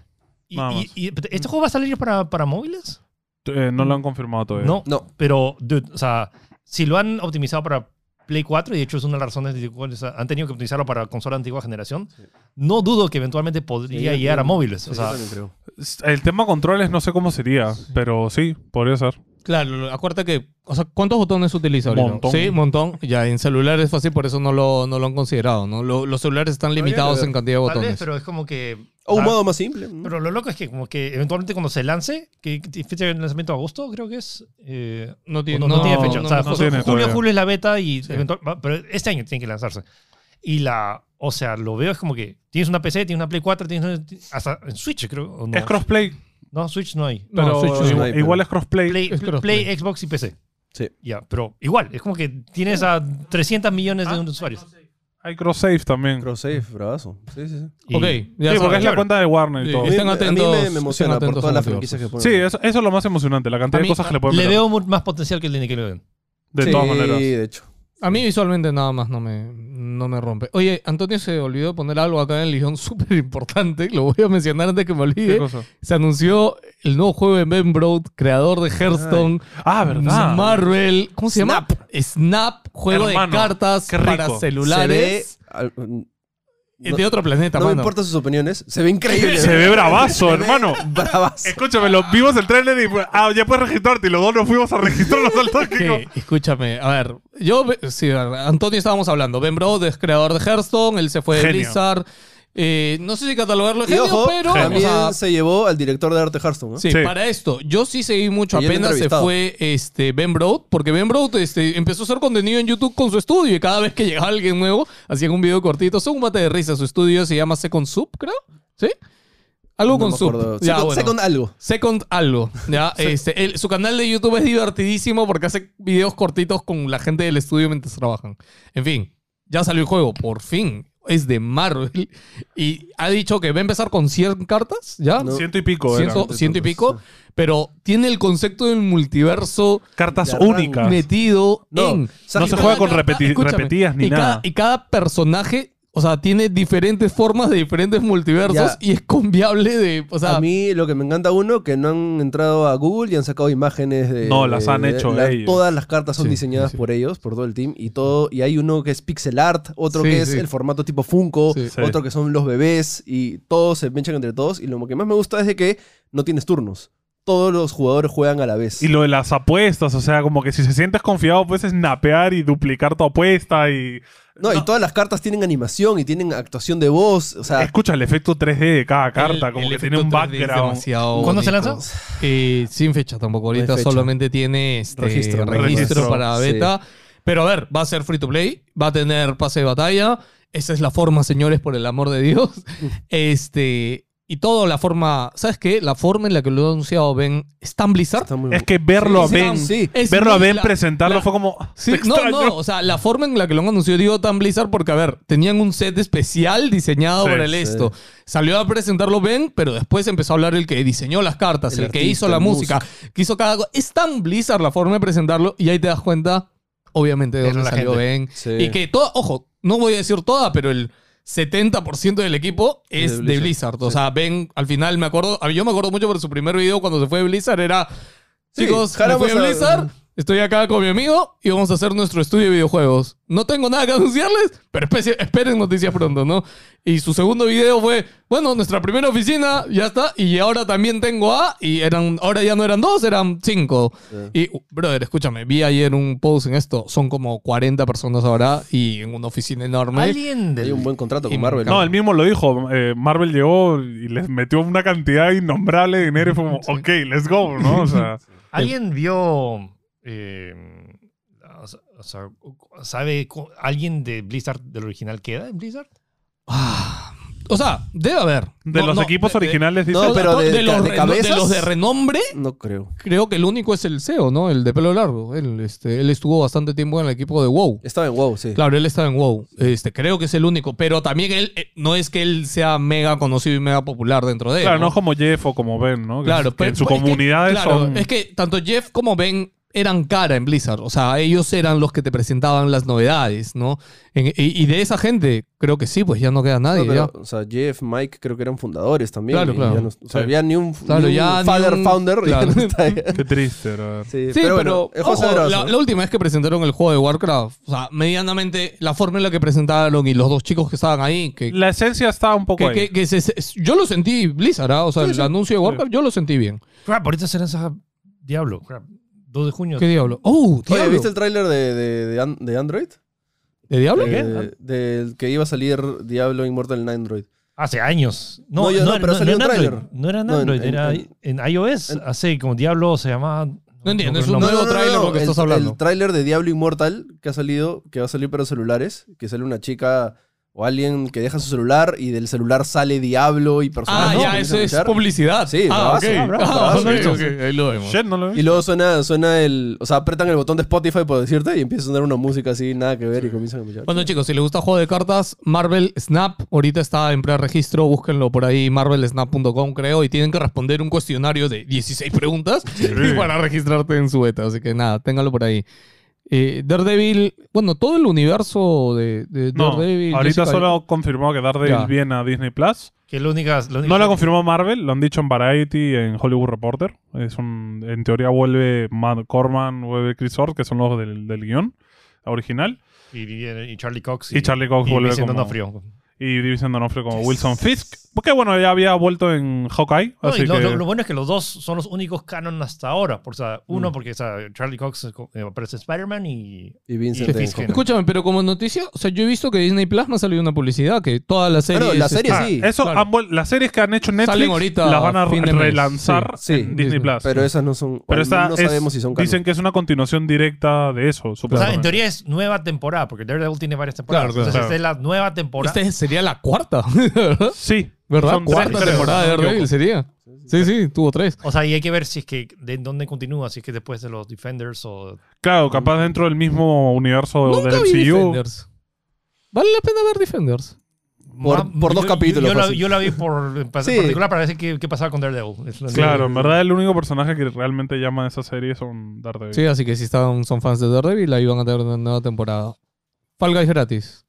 y- nada más. y- y- ¿Este juego va a salir para, para móviles? Eh, no lo han confirmado todavía. Mm. No, Pues, No. pero, dude, o sea, si lo han optimizado para Play 4, y de hecho es una de las razones de las cuales han tenido que optimizarlo para consola antigua generación, no dudo que eventualmente podría Sí, llegar a sí. móviles. O Sí, sea, yo también creo. S- El tema controles no sé cómo sería, pero sí, podría ser. Claro, acuérdate que. O sea, ¿cuántos botones utiliza ahorita? Montón. Sí, montón. Ya, en celular es fácil, por eso no lo, no lo han considerado, ¿no? Lo- los celulares están Habría que limitados ver. en cantidad de tal vez, botones. pero es como que... O un o sea, modo más simple. ¿no? Pero lo loco es que como que eventualmente cuando se lance, que que fecha de lanzamiento agosto creo que es, eh, No o no, no tiene fecha. no, o sea, no ju- tiene julio, todavía. julio es la beta y Sí. eventual- va- pero este año tiene que lanzarse. Y la, o sea, lo veo es como que tienes una PC, tienes una Play 4, tienes una- hasta en Switch creo. ¿o no? Es crossplay, no, Switch no hay. No, pero Switch no. igual, Ay, pero- igual es crossplay. Play, es Play, crossplay. Xbox y PC. Sí. Ya, pero igual, es como que tienes a 300 millones de Ah, usuarios. Hay cross save también. Cross save, bravazo. Sí, sí, sí. Y- Ok, ya sí, sabes. porque es la cuenta de Warner y Sí. todo. Estén A mí me- atentos, A mí me- me, estén emociona por atentos todas a las los franquicias que ponen. Sí, eso, eso es lo más emocionante, la cantidad A mí- de cosas que le pueden le meter. veo mu- más potencial que el de Nickelodeon. De Sí, todas maneras. de hecho. A mí visualmente nada más no me, no me rompe. Oye, Antonio se olvidó poner algo acá en el guión súper importante. Lo voy a mencionar antes que me ¿Qué olvide. cosa? Se anunció el nuevo juego de Ben Broad, creador de Hearthstone. Ah, verdad. Marvel. ¿Cómo se llama? Snap. Juego Hermano, de cartas qué para rico. Se ve celulares. al- no- Es de otro planeta, no me mano. importan sus opiniones. Se ve increíble. Se ve bravazo, Se ve hermano. Bravazo. Escúchame, lo, vimos el trailer y ah, ya puedes registrarte. Y los dos nos fuimos a registrarnos al toque. Que, escúchame, a ver, yo, sí, a ver, Antonio estábamos hablando, Ben Brode es creador de Hearthstone, él se fue de Genio. Blizzard, eh, no sé si catalogarlo de Y genio, ojo, pero también o sea, se llevó al director de arte Hearthstone. ¿eh? ¿no? sí, Sí. para esto, yo sí seguí mucho, Y yo lo he apenas se entrevistado. fue este, Ben Brode, porque Ben Brode este, empezó a hacer contenido en YouTube con su estudio y cada vez que llegaba alguien nuevo, hacían un video cortito, son un mate de risa, su estudio se llama Second Soup, creo, ¿sí? Algo No con me Soup. acuerdo. Ya, Second- bueno. Second algo. Second algo. ¿ya? Este, el- su canal de YouTube es divertidísimo porque hace videos cortitos con la gente del estudio mientras trabajan. En fin, ya salió el juego, por fin. Es de Marvel. Y ha dicho que va a empezar con 100 cartas, ¿ya? No. Ciento y pico, era. Ciento, ciento y pico. Pero tiene el concepto del multiverso Cartas De arranque. únicas. metido No, en... no Y se cada juega con carta- repeti- escúchame, repetidas ni y cada- nada. y cada personaje... O sea, tiene diferentes formas de diferentes Ya. multiversos y es conviable de... O sea, a mí lo que me encanta uno, que no han entrado a Google y han sacado imágenes de... No, las de- han de- hecho la- ellos. Todas las cartas son Sí, diseñadas sí. por ellos, por todo el team. Y todo y hay uno que es pixel art, otro Sí, que es sí. el formato tipo Funko, Sí. Sí. otro que son los bebés y todos se menchan entre todos. Y lo que más me gusta es de que no tienes turnos. Todos los jugadores juegan a la vez. Y lo de las apuestas, o sea, como que si se sientes confiado, puedes snapear y duplicar tu apuesta y. no, y todas las cartas tienen animación y tienen actuación de voz. O sea, Escucha el efecto 3D de cada carta, El- como el que tiene un efecto 3D es background. demasiado ¿Cuándo se bonito. lanzó? Eh, sin fecha tampoco. Ahorita No hay fecha. solamente tiene este registro, Registro, ¿no? Registro. para beta. Pero a ver, va a ser free to play, va a tener pase de batalla. Esa es la forma, señores, por el amor de Dios. Este. Y todo la forma. ¿Sabes qué? La forma en la que lo ha anunciado Ben es tan Blizzard. está muy Es que verlo Sí, a sí, Ben, sí. Es verlo a muy Ben la- presentarlo la- fue como. Sí, "Te no, extraño". no, o sea, la forma en la que lo han anunciado, digo tan Blizzard, porque a ver, tenían un set especial diseñado Sí, para el sí. esto. Salió a presentarlo Ben, pero después empezó a hablar el que diseñó las cartas, el, El que artista, hizo la el música, que hizo cada cosa. Es tan Blizzard la forma de presentarlo, y ahí te das cuenta, obviamente, de Era dónde la salió gente. Ben. Sí. Y que todo, ojo, no voy a decir toda, pero el 70% del equipo es de de Blizzard. Blizzard. O Sí. sea, Ben, al final me acuerdo, yo me acuerdo mucho por su primer video cuando se fue de Blizzard, era, Sí, chicos, me jalamos fui de a- Blizzard, estoy acá con mi amigo y vamos a hacer nuestro estudio de videojuegos. No tengo nada que anunciarles, pero especie- esperen noticias pronto, ¿no? Y su segundo video fue, bueno, nuestra primera oficina, ya está, y ahora también tengo A, y eran, ahora ya no eran dos, eran cinco. Y, uh, brother, escúchame, vi ayer un post en esto, son como 40 personas ahora y en una oficina enorme. Alguien Hay del... un buen contrato Y con me Marvel. No, él mismo lo dijo. eh, Marvel llegó y les metió una cantidad innombrable de dinero y fue como, ok, let's go, ¿no? O sea, ¿Alguien vio... eh, o sea- o sea, ¿sabe cu- alguien de Blizzard, del original, queda en Blizzard? Ah, O sea, debe haber. de No, los no, equipos de- de- originales, dice. No, pero de- los, de reno- cabezas. de los de renombre, No creo. creo que el único es el CEO, ¿no? El de pelo largo. Él, este, él estuvo bastante tiempo en el equipo de WoW. Estaba en WoW, sí. Claro, él estaba en WoW. Este, creo que es el único. Pero también él, eh, no es que él sea mega conocido y mega popular dentro de él. claro, ¿no? no como Jeff o como Ben, ¿no? Que- Claro, que pero- en su es que- comunidad claro, son. es que tanto Jeff como Ben eran cara en Blizzard. O sea, ellos eran los que te presentaban las novedades, ¿no? En- y, y de esa gente, creo que sí, pues ya no queda nadie. No, pero, ya. o sea, Jeff, Mike creo que eran fundadores también. Claro, y claro. ya no- o sea, Sí. ya ni un, Claro, ni un ya ni father un- founder. ya claro. no está ahí. Qué triste, bro. Sí, Sí, pero, bueno, el juego ojo, se abraza. la, la última vez que presentaron el juego de Warcraft, o sea, medianamente la forma en la que presentaron y los dos chicos que estaban ahí, que, La esencia está un poco que, ahí. que- que se- se- yo lo sentí Blizzard, ¿ah? o sea, el anuncio de Warcraft yo lo sentí bien. Crap, ahorita se lanza Diablo. Crap, 2 de junio. ¿Qué diablo? ¡Oh, Oye, diablo! ¿viste el tráiler de, de, de, An- de Android? ¿De diablo? Eh, del que iba a salir Diablo Immortal en Android. Hace años. No, No, yo no, no, era- pero no, salió no un era Android. tráiler. No era en No, en- Android, en- era en, en- iOS. en- hace como Diablo se llamaba. No entiendo, me acuerdo es un el nombre. nuevo tráiler lo que el, estás hablando. El tráiler de Diablo Immortal que ha salido, que va a salir para celulares, que sale una chica o alguien que deja su celular y del celular sale Diablo y personas Ah, que ya, comienzan eso a es luchar. publicidad. Sí, ah, ok. bravazo, bravazo, Ah, ok, bravazo. ok, ahí lo vemos. Shit, no lo vi. Y luego suena, suena el. O sea, apretan el botón de Spotify por decirte y empieza a sonar una música así, nada que ver y comienzan a escuchar. Bueno, chicos, si les gusta juego de cartas, Marvel Snap, ahorita está en preregistro, búsquenlo por ahí, marvelsnap.com, creo, y tienen que responder un cuestionario de 16 preguntas y para registrarte en su beta. Así que nada, ténganlo por ahí. Eh, Daredevil, bueno, todo el universo de, de No, Daredevil. ahorita Jessica- solo confirmó que Daredevil Ya. viene a Disney Plus. Que la única, la única- No lo confirmó Marvel, lo han dicho en Variety, en Hollywood Reporter. Es un, en teoría vuelve Matt Corman, vuelve Chris Hort, que son los del, del guión original. Y, y- y Charlie Cox. Y Charlie Cox y vuelve Vincent como- D'Onofrio. Y Vincent D'Onofrio como Wilson Fisk. Porque bueno, ya había vuelto en Hawkeye. No, así y lo, que... lo- lo bueno es que los dos son los únicos canon hasta ahora. Por, o sea, uno, porque o sea, Charlie Cox eh, co- eh, aparece en Spider-Man y. Y Vincent Y en Fisk, ¿no? Hawkeye. Escúchame, pero como noticia, o sea, yo he visto que Disney Plus me ha salido una publicidad que todas las Ah, series. no, la serie sí. eso, claro. han vuel- las series que han hecho en Netflix Salen ahorita las van a a fin de mes. relanzar Sí. Sí, en Disney Disney. Plus. Pero esas no son. Pero o esta no es- sabemos si son canon. Dicen que es una continuación directa de eso, O sea, en supuestamente. teoría es nueva temporada, porque Daredevil tiene varias temporadas. Claro, Este- claro. Entonces, Claro. esta es la nueva temporada. Esta sería la cuarta, Sí. ¿verdad? Son tres, cuarta creo, temporada si no de me Daredevil equivoco. sería. Sí, sí, tuvo tres. O sea, y hay que ver si es que de dónde continúa, si es que después de los Defenders o. Claro, capaz dentro del mismo universo Nunca del vi MCU. Defenders. Vale la pena ver Defenders. Por- Ma- por dos capítulos, Yo, la, fácil. yo la vi por, pa- Sí. particular para ver qué, qué pasaba con Daredevil. Es lo único. Claro, en verdad el único personaje que realmente llama a esa serie son Daredevil. Sí, así que si están, son fans de Daredevil, ahí van a tener una nueva temporada. Fall Guys gratis.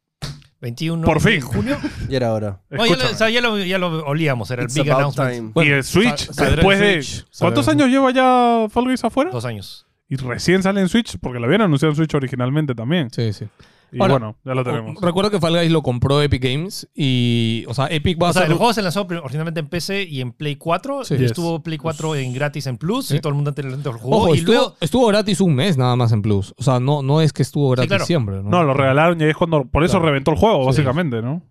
21 Por de fin. junio. Y era ahora. No, ya, lo, Escúchame. o sea, ya lo- ya lo olíamos, era el It's big about announcement. time. y el Switch, sa- saldrá después en de... Switch, ¿Cuántos saldrá en- años lleva ya Fall Guys afuera? Dos años. Y recién sale en Switch, porque lo habían anunciado en Switch originalmente también. Sí, sí. Y Ahora- bueno, ya lo tenemos. Recuerdo que Fall Guys lo compró Epic Games y, o sea, Epic va O a sea, hacer... el juego se lanzó pri- originalmente en PC y en Play 4. Ah, Sí. y Yes. estuvo Play 4 en gratis en Plus Sí. y todo el mundo anteriormente lo jugó. Ojo, y estuvo, luego, estuvo gratis un mes nada más en Plus. O sea, no, no es que estuvo gratis claro. siempre. ¿no? No, lo regalaron y ahí es cuando... Por eso Claro. reventó el juego, Sí. básicamente, ¿no?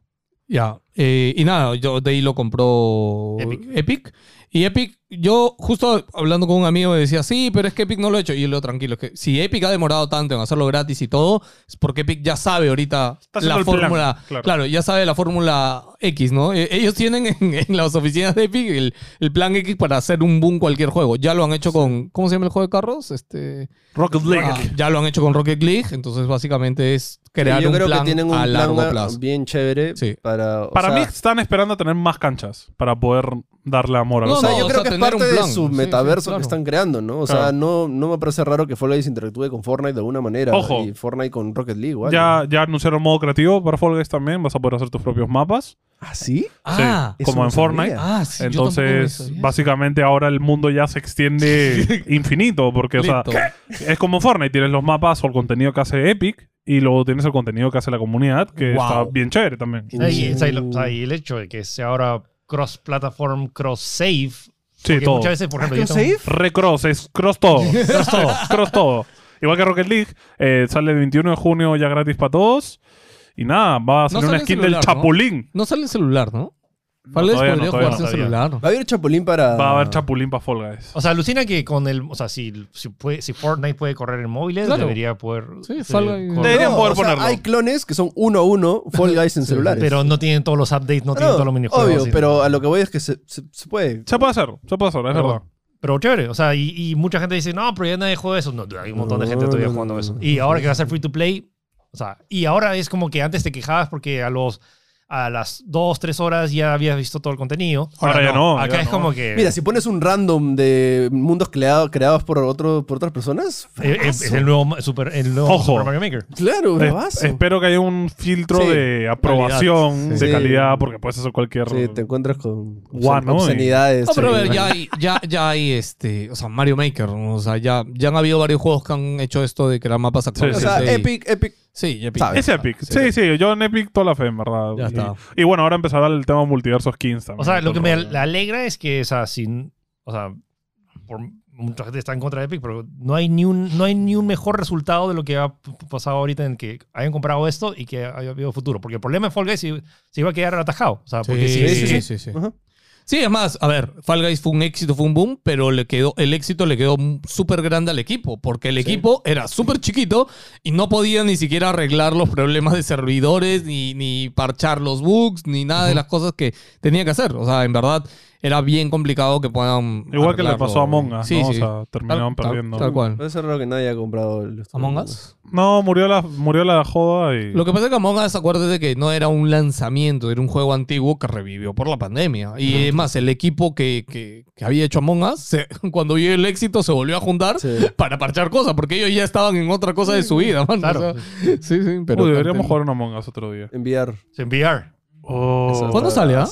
Ya, eh, y nada, yo de ahí lo compró Epic. Epic. Y Epic, yo justo hablando con un amigo decía, sí, pero es que Epic no lo ha hecho. Y yo le digo, tranquilo, es que si Epic ha demorado tanto en hacerlo gratis y todo, es porque Epic ya sabe ahorita haciendo la el plan, fórmula. claro. claro. ya sabe la fórmula X, ¿no? Eh, ellos tienen en, en las oficinas de Epic el, el plan X para hacer un boom cualquier juego. Ya lo han hecho con, ¿cómo se llama el juego de carros? Este, Rocket League. ah, ya lo han hecho con Rocket League, entonces básicamente es crear Y yo un creo plan que tienen un a plan largo a- plazo. bien chévere Sí. para. o Para sea, mí están esperando a tener más canchas para poder darle amor a No, los O sea, no, yo o creo sea, que es tener un parte de plan. su Sí, sí, metaverso claro. que están creando, ¿no? O sea, Claro. no, no me parece raro que Fall Guys interactúe con Fortnite de alguna manera. Ojo. Y Fortnite con Rocket League, igual. Ya, ya anunciaron modo creativo para Fall Guys también. Vas a poder hacer tus propios mapas. ¿Ah, sí? Ah, Sí, eso como no en Fortnite. sabía. ah, sí, yo tampoco Entonces, sabía eso. básicamente ahora el mundo ya se extiende infinito. Porque, o sea, Listo. es como Fortnite. Tienes los mapas o el contenido que hace Epic. Y luego tienes el contenido que hace la comunidad, que Wow. está bien chévere también. y, o sea, y lo- o sea, y el hecho de que sea ahora cross-platform, cross-save. Sí, porque todo. Muchas veces, por ejemplo, yo ¿Cross tengo- save? Recross, es cross todo. cross todo. Cross todo. Igual que Rocket League, eh, sale el 21 de junio ya gratis para todos. Y nada, va a No salir una sale en skin del celular, ¿no? Chapulín. No sale el celular, ¿no? Fall Guys todavía no, podría jugarse todavía no, en todavía celular. Va a haber Chapulín para. Va a haber Chapulín para Fall Guys. O sea, alucina que con el. O sea, si, si, puede- si Fortnite puede correr en móviles, Claro. debería poder. Sí, sí, Fall Guys. correr. Debería- Deberían poder o sea, ponerlo. Hay clones que son uno a uno Fall Guys en celulares. Pero no tienen todos los updates, no, tienen No, todos los minijuegos. Obvio, sí. pero a lo que voy es que se, se- se puede. Se puede hacer, se puede hacer, es Pero- verdad. Pero chévere, o sea, y, y mucha gente dice, no, pero ya nadie juega eso. No, hay un montón de No, gente todavía no, no, jugando no. eso. Y ahora que va a ser free to play, o sea, y ahora es como que antes te quejabas porque a los a las 2, 3 horas ya habías visto todo el contenido. Ahora ya no, Acá ya es no. como que Mira, si pones un random de mundos creado- creados por, otro, por otras personas. eh, eh, es, el nuevo, ma- super, el nuevo Ojo. Super Mario Maker. Claro, Es- bravazo. espero que haya un filtro Sí. de aprobación, Sí. de Sí. calidad, porque puedes hacer cualquier. Sí, te encuentras con Guano, obscenidades. No, pero a sí. ver, ya hay, ya, ya hay este, o sea, Mario Maker, ¿no? o sea, ya, ya han habido varios juegos que han hecho esto de crear mapas sí, actuales. O sea, Sí, Epic, Epic. Sí, Epic. Sabe. Es Epic. Sí, sí, yo en Epic toda la fe, en verdad. Ya y, está. y bueno, ahora empezará el tema multiverso skins también. O sea, lo que me Entonces, al- alegra es que, o sea, sin, o sea, por, mucha gente está en contra de Epic, pero no hay ni un, no hay ni un mejor resultado de lo que ha p- pasado ahorita en que hayan comprado esto y que haya habido futuro. Porque el problema de Fall Guys se, se iba a quedar atajado. O sea, porque Sí, si- si- sí, sí, sí, sí. Ajá. Sí, es más, a ver, Fall Guys fue un éxito, fue un boom, pero le quedó, el éxito le quedó m- súper grande al equipo, porque el equipo era súper chiquito y no podía ni siquiera arreglar los problemas de servidores, ni, ni parchar los bugs, ni nada de las cosas que tenía que hacer. O sea, en verdad, era bien complicado que puedan. Igual que le arreglarlo. pasó a Among Us, Sí, ¿no? O sí. sea, terminaron Tal- tal- perdiendo. Tal, cual. Puede ser raro que nadie ha comprado el Among Us. No, murió la, murió la joda y. Lo que pasa es que Among Us, acuérdate que no era un lanzamiento, era un juego antiguo que revivió por la pandemia. Y es más, el equipo que, que- que había hecho Among Us, se- cuando vio el éxito, se volvió a juntar Sí. para parchar cosas, porque ellos ya estaban en otra cosa de su vida, mano. Claro. O sea, sí, sí, pero. Uy, deberíamos jugar un Among Us otro día. Enviar. si en VR. Oh. ¿Cuándo sale, ah?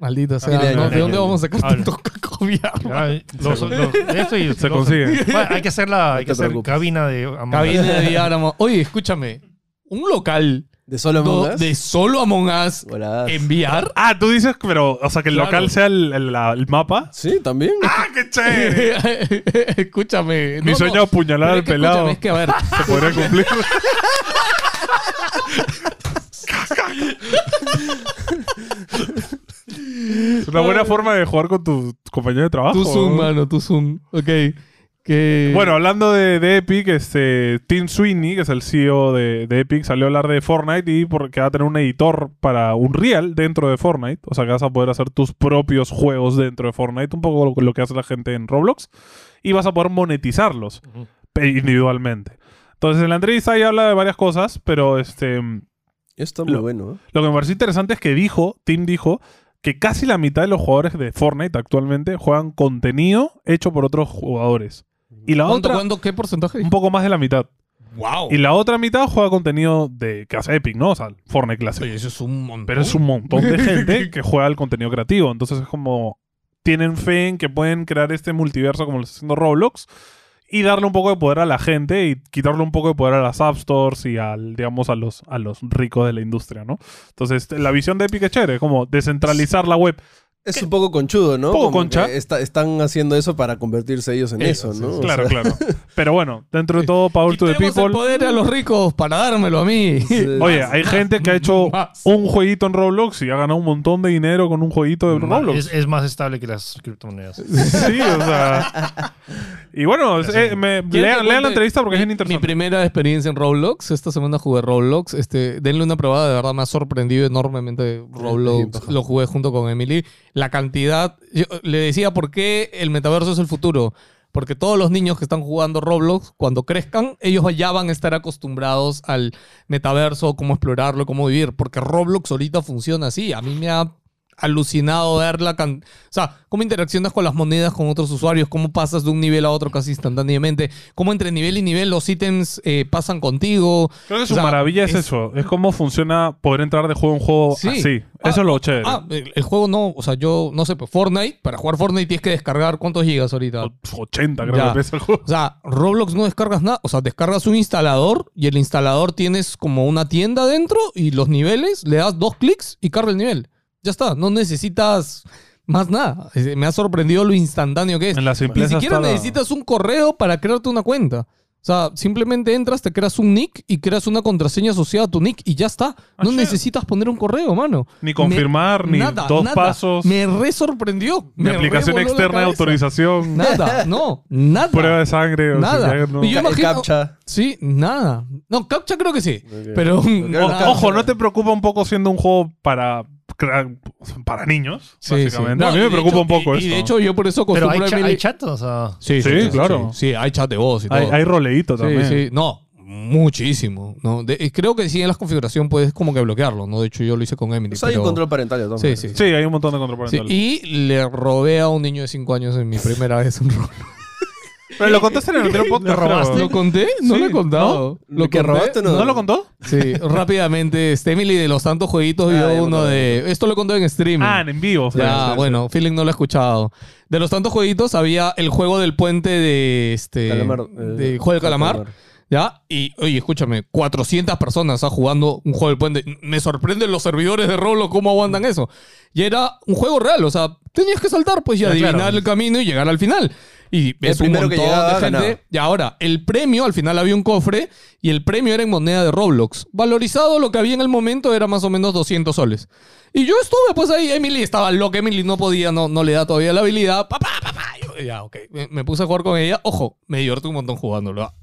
Maldita sea, Mira, ¿no? mira, ¿de dónde mira. vamos a sacar Habla. tanto cacovia? Ah, los- los- esto y- Oh, Se los- consigue. Bueno, hay que hacer la hay No que te hacer preocupes. cabina de Among Us. Cabina de diáramo. Oye, escúchame. un local ¿De solo do- Among Us? de Em- solo Among Us Buenas. enviar. Ah, tú dices, pero, o sea, que el Claro. local sea el, el- la- el mapa. Sí, también. ¡Ah, qué chévere! escúchame. Mi no, sueño no, es apuñalar pero al es que pelado. escúchame, Es que, a ver, Se podría cumplir. Es una buena forma de jugar con tus compañeros de trabajo. tú zoom, ¿no? mano, tú zoom. Ok. Que... Bueno, hablando de, de Epic, este, Tim Sweeney, que es el CEO de, de Epic, salió a hablar de Fortnite y porque va a tener un editor para un real dentro de Fortnite. O sea, que vas a poder hacer tus propios juegos dentro de Fortnite, un poco lo, lo que hace la gente en Roblox, y vas a poder monetizarlos Ujú. pe- individualmente. Entonces, en la entrevista ahí habla de varias cosas, pero este, lo Esto está muy Lo- bueno. ¿eh? que me pareció interesante es que dijo, Tim dijo, que casi la mitad de los jugadores de Fortnite actualmente juegan contenido hecho por otros jugadores. Y la ¿Cuánto, otra, cuánto, ¿qué porcentaje? un poco más de la mitad. ¡Wow! Y la otra mitad juega contenido de que hace Epic, ¿no? O sea, Fortnite Classic. Oye, eso es un montón. Pero es un montón de gente que juega el contenido creativo. Entonces es como. Tienen fe en que pueden crear este multiverso como lo está haciendo Roblox y darle un poco de poder a la gente y quitarle un poco de poder a las App Stores y al, digamos, a los, a los ricos de la industria, ¿no? Entonces, este, la visión de Epic es chévere, como descentralizar la web. Es un poco conchudo, ¿no? Poco Como concha. que está- están haciendo eso para convertirse ellos en eso, Ellos, ¿no? Eh, sí, O Claro, sea, claro. Pero bueno, dentro de todo, Power to the Quitemos el People. poder a los ricos para dármelo a mí. sí. Oye, hay gente que ha hecho más. un jueguito en Roblox y ha ganado un montón de dinero con un jueguito de Roblox. Es, es más estable que las criptomonedas. Sí, o sea. Y bueno, es- eh, me- ¿Quieres lean, que lean la cuente entrevista mi- porque es bien Mi interesante. primera experiencia en Roblox. Esta semana jugué Roblox. Este, denle una probada, de verdad me ha sorprendido enormemente Sí, Roblox. paja. Lo jugué junto con Emily. La cantidad. yo le decía por qué el metaverso es el futuro. Porque todos los niños que están jugando Roblox, cuando crezcan, ellos ya van a estar acostumbrados al metaverso, cómo explorarlo, cómo vivir. Porque Roblox ahorita funciona así. A mí me ha alucinado ver la can- O sea, cómo interaccionas con las monedas, con otros usuarios, cómo pasas de un nivel a otro casi instantáneamente, cómo entre nivel y nivel los ítems eh, pasan contigo. Creo que su O sea, maravilla es, es- eso. Es cómo funciona poder entrar de juego en juego Sí. así. Ah, eso es lo chévere. Ah, el, el juego no, o sea, yo no sé, pues Fortnite, para jugar Fortnite tienes que descargar cuántos gigas ahorita. O- 80 creo ah. Ya. que pesa el juego. O sea, Roblox no descargas nada. O sea, descargas un instalador y el instalador tienes como una tienda dentro y los niveles, le das dos clics y carga el nivel. Ya está, no necesitas más nada. Eh, Me ha sorprendido lo instantáneo que es. En la Ni simpleza siquiera está la- necesitas un correo para crearte una cuenta. O sea, simplemente entras, te creas un nick y creas una contraseña asociada a tu nick y ya está. No Ah, shit. necesitas poner un correo, mano. Ni confirmar, ni Nada, dos nada. pasos, Me re sorprendió. ni aplicación externa de autorización, Nada, no, nada. prueba de sangre. o sea, Nada. ya no- Y yo Ca- imagino- Captcha. Sí, nada. No, captcha creo que sí. Ok. Pero. mm, creo nada. que Ojo, ¿no te preocupa un poco siendo un juego para, para niños? Sí, sí. básicamente. No, A mí y me de preocupa hecho- un poco y- eso. Y de hecho, yo por eso Pero acostumbro hay, a cha- Emily- hay chat, o sea. Sí, Sí, claro. claro. Sí, sí, hay chat de voz y todo. hay, hay roleíto también. Sí, sí. No, muchísimo. ¿no? De- eh, creo que sí en las configuraciones puedes como que bloquearlo, ¿no? De hecho, yo lo hice con Emily. O sea, hay un pero- control parental. de todas Sí, maneras. sí. Sí, hay un montón de Sí, contraparentales. y le robé a un niño de 5 años en mi primera vez un rol. Pero lo contaste en el anterior podcast. ¿Lo creo. robaste? ¿Lo conté? No Sí, lo he contado. ¿Lo que conté? robaste no? ¿No lo contó? Sí, rápidamente, este Emily de los tantos Ah, jueguitos ya vio me uno acordé. de... Esto lo contó en streaming. Ah, en vivo. fue. Ya, Sí, bueno, Feeling no lo he escuchado. De los tantos jueguitos había el juego del puente de este Calamar, eh, de juego del calamar, ya, y oye, escúchame, 400 personas ah, jugando un juego del puente. Me sorprenden los servidores de Roblox cómo aguantan eso. Y era un juego real, o sea, tenías que saltar pues y Ya, claro. adivinar el camino y llegar al final. Y es un primero montón que llegaba, de gente. ganaba. Y ahora, el premio, al final había un cofre y el premio era en moneda de Roblox. Valorizado lo que había en el momento era más o menos 200 soles. Y yo estuve pues ahí, Emily estaba loca, Emily no podía, no, no le da todavía la habilidad. Papá, papá. Yo, Ya, ok. Me, me puse a jugar con ella. Ojo, me divertí un montón jugándolo. ah.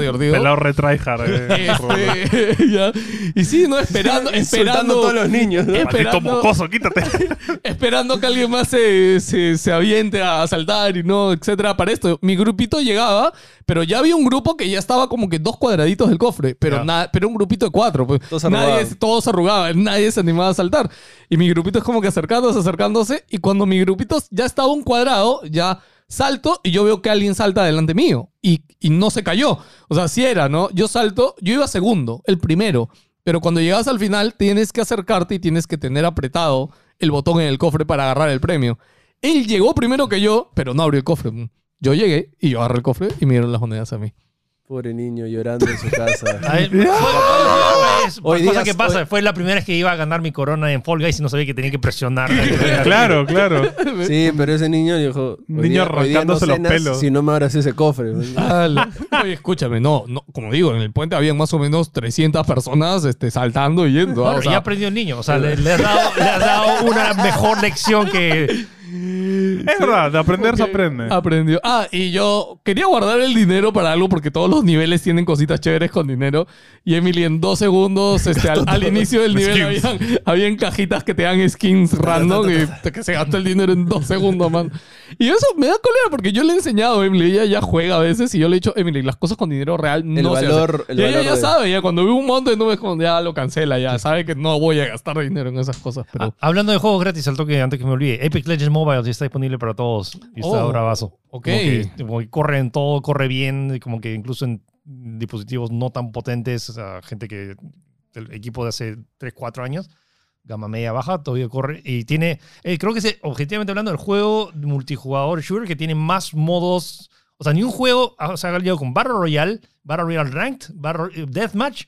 divertido. Pelado retryhard. eh. Este, ya. Y sí, no Insultando esperando, esperando, a todos los niños. ¿no? Eh, Maldito esperando- mocoso, quítate. esperando que alguien más se, se, se aviente a saltar y no, etcétera, para esto. Mi grupito llegaba, pero ya había un grupo que ya estaba como que dos cuadraditos del cofre, pero, Ya. na- pero un grupito de cuatro. Pues. Todos nadie, arrugados. todos se arrugaban, nadie se animaba a saltar. Y mi grupito es como que acercándose, acercándose, y cuando mi grupito ya estaba un cuadrado, ya salto y yo veo que alguien salta delante mío y, y no se cayó. O sea, si era, ¿no? Yo salto, yo iba segundo, el primero. Pero cuando llegas al final, tienes que acercarte y tienes que tener apretado el botón en el cofre para agarrar el premio. Él llegó primero que yo, pero no abrió el cofre. Yo llegué y yo agarré el cofre y me dieron las monedas a mí. Pobre niño llorando en su A casa. ver, fue- fue- pues, Hoy cosa días- que pasa, hoy- fue la primera vez que iba a ganar mi corona en Fall Guys y no sabía que tenía que presionar. Claro, claro. Sí, pero ese niño dijo. Un "Hoy día- hoy niño día no arrancándose los cenas pelos". Si no me abras ese cofre. Ala. Oye, escúchame, no, no, como digo, en el puente habían más o menos 300 personas este, saltando y yendo. ah, Bueno, o sea, ya aprendió el niño. O sea, le, le has dado, le has dado una mejor lección que. Es verdad, de aprender se Ok, aprende. Aprendió. Ah, y yo quería guardar el dinero para algo porque todos los niveles tienen cositas chéveres con dinero. Y Emily en dos segundos, este, al, al inicio del nivel, Skins. habían, habían cajitas que te dan skins random y te- que se gastó el dinero en dos segundos, man. Y eso me da cólera porque yo le he enseñado a Emily, ella ya juega a veces y yo le he dicho, Emily, las cosas con dinero real no El se hacen". valor- el Y ella valor ya de- sabe, ya cuando ve un monto no es como, ya lo cancela, ya sabe que no voy a gastar dinero en esas cosas. Pero... Ah, hablando de juegos gratis, al toque, antes que me olvide, Epic Legends Mobile sí está disponible para todos. Y está Oh, bravazo. ok. Como que, como que corre en todo, corre bien, y como que incluso en dispositivos no tan potentes, o sea, gente que. El equipo de hace 3, 4 años, gama media baja, todavía corre. Y tiene. eh, creo que, es, objetivamente hablando, el juego multijugador shooter que tiene más modos. O sea, ni un juego ah, o sea, ha llegado con Battle Royale, Battle Royale Ranked, Battle, eh, Deathmatch,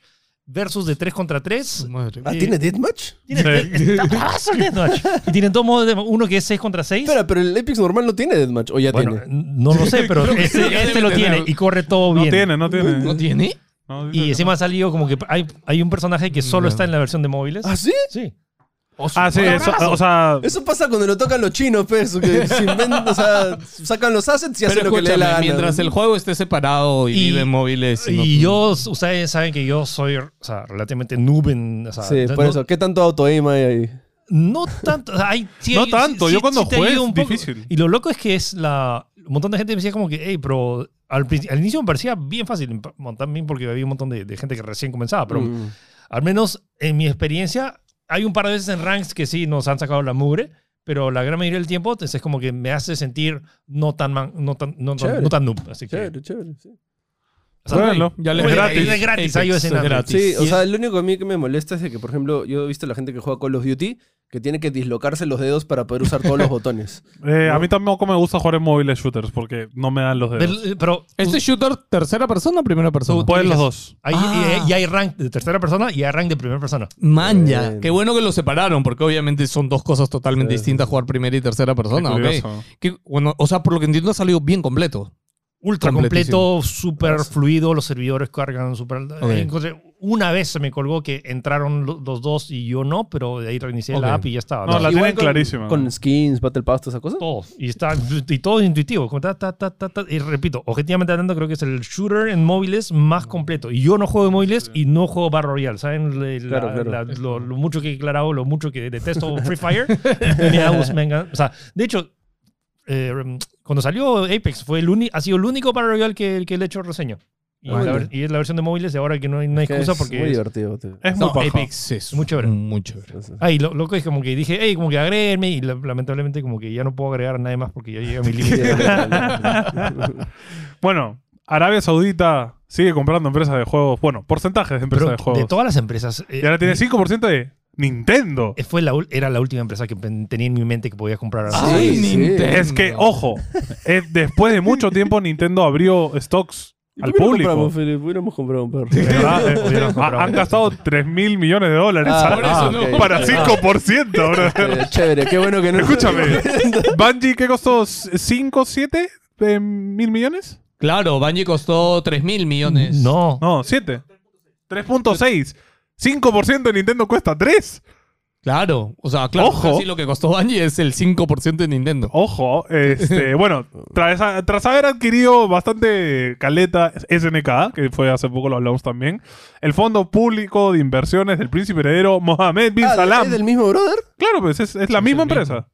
versus de 3 contra 3. Madre. ¿Ah, Eh, tiene Deathmatch? Tiene- Sí. está bravazo el Deathmatch. Y tienen dos modos de uno que es 6 contra 6. Espera, pero el Epic normal no tiene Deathmatch. O ya bueno, eh. tiene. no lo sé, pero Creo que este, sí, ya este debe lo tener. tiene y corre todo No bien. tiene, no tiene. ¿No tiene? No, dice Y que no. encima ha salido como que hay, hay un personaje que solo Ya. está en la versión de móviles. ¿Ah, sí? Sí. Oh, Ah, sí, eso, o sea, Eso pasa cuando lo tocan los chinos, pues. Que se inventan, o sea, sacan los assets y hacen Pero lo que le da escúchame, la gana. mientras el juego esté separado y, Y- vive en móviles. no- Y yo, ustedes saben que yo soy o sea, relativamente noob en. O sea, Sí, no- por eso. ¿Qué tanto autoaim hay ahí? No tanto. o sea, hay- sí No hay- tanto, yo cuando te jugué ayuda un es poco. difícil. Y lo loco es que es la. Un montón de gente me decía como que, hey, pero. Al, princi- al inicio me parecía bien fácil, también porque había un montón de, de gente que recién comenzaba, pero Mm. Al menos en mi experiencia, hay un par de veces en ranks que sí nos han sacado la mugre, pero la gran mayoría del tiempo entonces, es como que me hace sentir no tan, man- no tan, no, tan- Chévere. no tan noob. Así que, Chévere, chévere. Sí. o sea, Pruébenlo. Ya les Es diré. gratis. Es gratis, ahí es en es Android. gratis. Sí, o Y- sea, lo único que a mí que me molesta es de que, por ejemplo, yo he visto a la gente que juega Call of Duty que tiene que dislocarse los dedos para poder usar todos los botones. eh, a mí tampoco me gusta jugar en móviles shooters porque no me dan los pero, dedos. pero ¿Este shooter tercera persona o primera persona? Pueden los dos. hay, Ah. y, y hay rank de tercera persona y hay rank de primera persona. Manja. Bueno. Qué bueno que lo separaron, porque obviamente son dos cosas totalmente Sí. distintas jugar primera y tercera persona. Qué ok. curioso. Qué- bueno, o sea, por lo que entiendo ha salido bien completo. Ultra Completísimo. completo, súper fluido, los servidores cargan súper... Entonces, una vez se me colgó que entraron lo- los dos y yo no, pero de ahí reinicié Ok. la app y ya estaba. No, Nada. la Igual tienen clarísima. Con skins, Battle Pass, toda esa cosa. todo. Y, está, y todo es intuitivo. como ta, ta, ta, ta, ta. Y repito, objetivamente hablando, creo que es el shooter en móviles más completo. Y yo no juego en móviles y no juego Battle Royale. ¿Saben Le- la- Claro, claro. la- lo, lo mucho que he declarado, lo mucho que detesto Free Fire? me ha gust- me engan- O sea, de hecho, eh, cuando salió Apex, fue el uni- ha sido el único Battle Royale que, que le he hecho reseña. Y, Ah, la bueno. ver- y es la versión de móviles y ahora que no hay, no hay Que excusa es porque muy es- divertido. tío. Es muy No, paja. Apex es Muy chévere. Muy chévere. Entonces, Ay, lo loco es como que dije, hey, como que agréguenme y la- lamentablemente como que ya no puedo agregar a nadie más porque ya llegué a mi sí, límite. Bueno, Arabia Saudita sigue comprando empresas de juegos. Bueno, porcentajes de empresas Pero de juegos. de todas las empresas. eh, y ahora Mm. tiene 5% de Nintendo. eh, Fue la, ul- era la última empresa que pen- tenía en mi mente que podía comprar. ahora. Ah, Ay, sí. Nintendo. Es que, ojo, eh, después de mucho tiempo Nintendo abrió stocks ¿Y al por qué no público. compramos, Felipe? Hubiéramos comprado un perro. ¿Verdad? Eh, Hubiéramos comprado. ha- Han gastado 3 mil millones de dólares Ah, ¿sabes? por eso no. ok. para Ah, 5%. brother. eh, Chévere, qué bueno que no. Ah, Escúchame. Bungie, ¿qué costó? ¿5, 7 mil millones? Claro, Bungie costó 3 mil millones. No. No, 7. 3.6. 5% de Nintendo cuesta 3. Claro. O sea, claro, Ojo. casi lo que costó Bungie es el 5% de Nintendo. Ojo, este, bueno, tras, a- tras haber adquirido bastante caleta SNK, que fue hace poco lo hablamos también, el Fondo Público de Inversiones del Príncipe Heredero Mohamed Bin Ah, Salam. ¿Es del mismo brother? Claro, pues es, es la Es misma el mismo. empresa.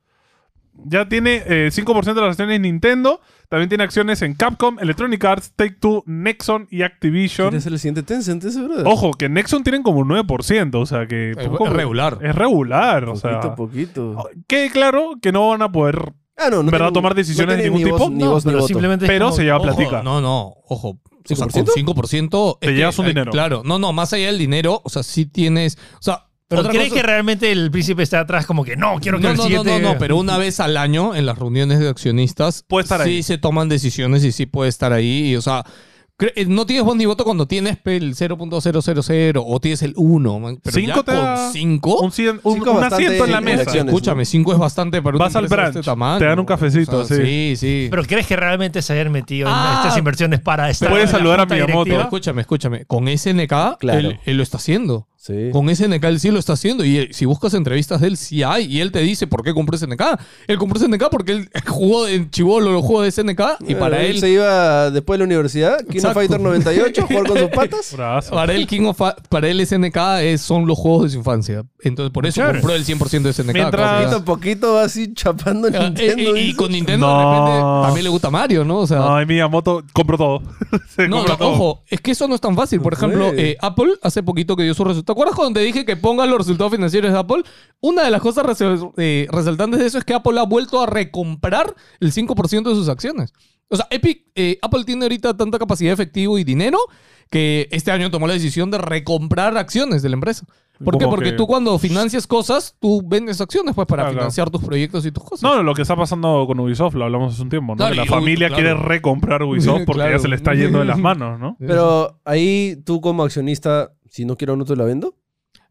Ya tiene eh, 5% de las acciones en Nintendo, también tiene acciones en Capcom, Electronic Arts, Take-Two, Nexon y Activision. ¿Quiere ser el siguiente Tencent ese brother? Ojo, que Nexon tienen como un 9%, o sea que... Es tampoco- regular. Es regular, o sea... Poquito a poquito. Quede claro que no van a poder Ah, no, no ¿Verdad? tiene- Tomar decisiones no de tiene ningún ni voz, tipo. ni No, voz, ni pero voto. simplemente es Pero como- se lleva Ojo, platica. No, no, ojo. O sea, con 5%? 5% es Te llevas un hay- dinero. Claro, no, no, más allá del dinero, o sea, sí tienes. O sea, ¿Pero otra crees cosa- que realmente el príncipe está atrás como que no, quiero que no, el no, no, siguiente... no, no, pero una vez al año en las reuniones de accionistas Puede estar sí ahí. se toman decisiones y sí puede estar ahí. Y, o sea, Cre- eh, No tienes voz ni voto cuando tienes pe, el 0.000 o tienes el 1. man, Pero Cinco ya te da- con 5. Un, cien- un- Cinco un bastante asiento en la mesa. elecciones, Escúchame, 5 es bastante para una Vas al empresa de este brunch, tamaño. te dan un cafecito, O sea, Sí, sí. Pero ¿crees que realmente se hayan metido en Ah, estas inversiones para estar puedes en la saludar a junta Miyamoto. Pero directiva? escúchame, escúchame. Con SNK, Claro. él, él lo está haciendo. Sí. Con SNK él sí lo está haciendo. Y eh, si buscas entrevistas de él, sí hay. Y él te dice por qué compró SNK. Él compró SNK porque él jugó en Chivolo los juegos de SNK. Y Bueno, para él, Eh, Se iba después de la universidad, King of Exacto. Fighter 98, a jugar con sus patas. Brazo. para él, King of Fa- para él SNK es- son los juegos de su infancia. Entonces por eso Claro. compró el 100% de SNK. Mientras- Poquito casi. a poquito va así chapando Ah, eh, Nintendo. eh, y dice. con Nintendo No. de repente también le gusta Mario, ¿no? O sea, Ay, Miyamoto, compro todo. Se No, compra no, todo. ojo, es que eso no es tan fácil. Por No ejemplo, puede. eh, Apple hace poquito que dio su resultado. ¿Te acuerdas cuando te dije que pongan los resultados financieros de Apple? Una de las cosas res- eh, resaltantes de eso es que Apple ha vuelto a recomprar el 5% de sus acciones. O sea, Epic, eh, Apple tiene ahorita tanta capacidad de efectivo y dinero que este año tomó la decisión de recomprar acciones de la empresa. ¿Por qué? Como Porque que- Ah, tú cuando financias cosas, tú vendes acciones pues para Claro. financiar tus proyectos y tus cosas. Eh, No, lo que está pasando con Ubisoft, lo hablamos hace un tiempo, ¿no? Claro, Que la y- familia claro. quiere recomprar Ubisoft porque Claro. ya se le está yendo de las manos, ¿no? Pero ahí tú como accionista, si no quiero no te la vendo.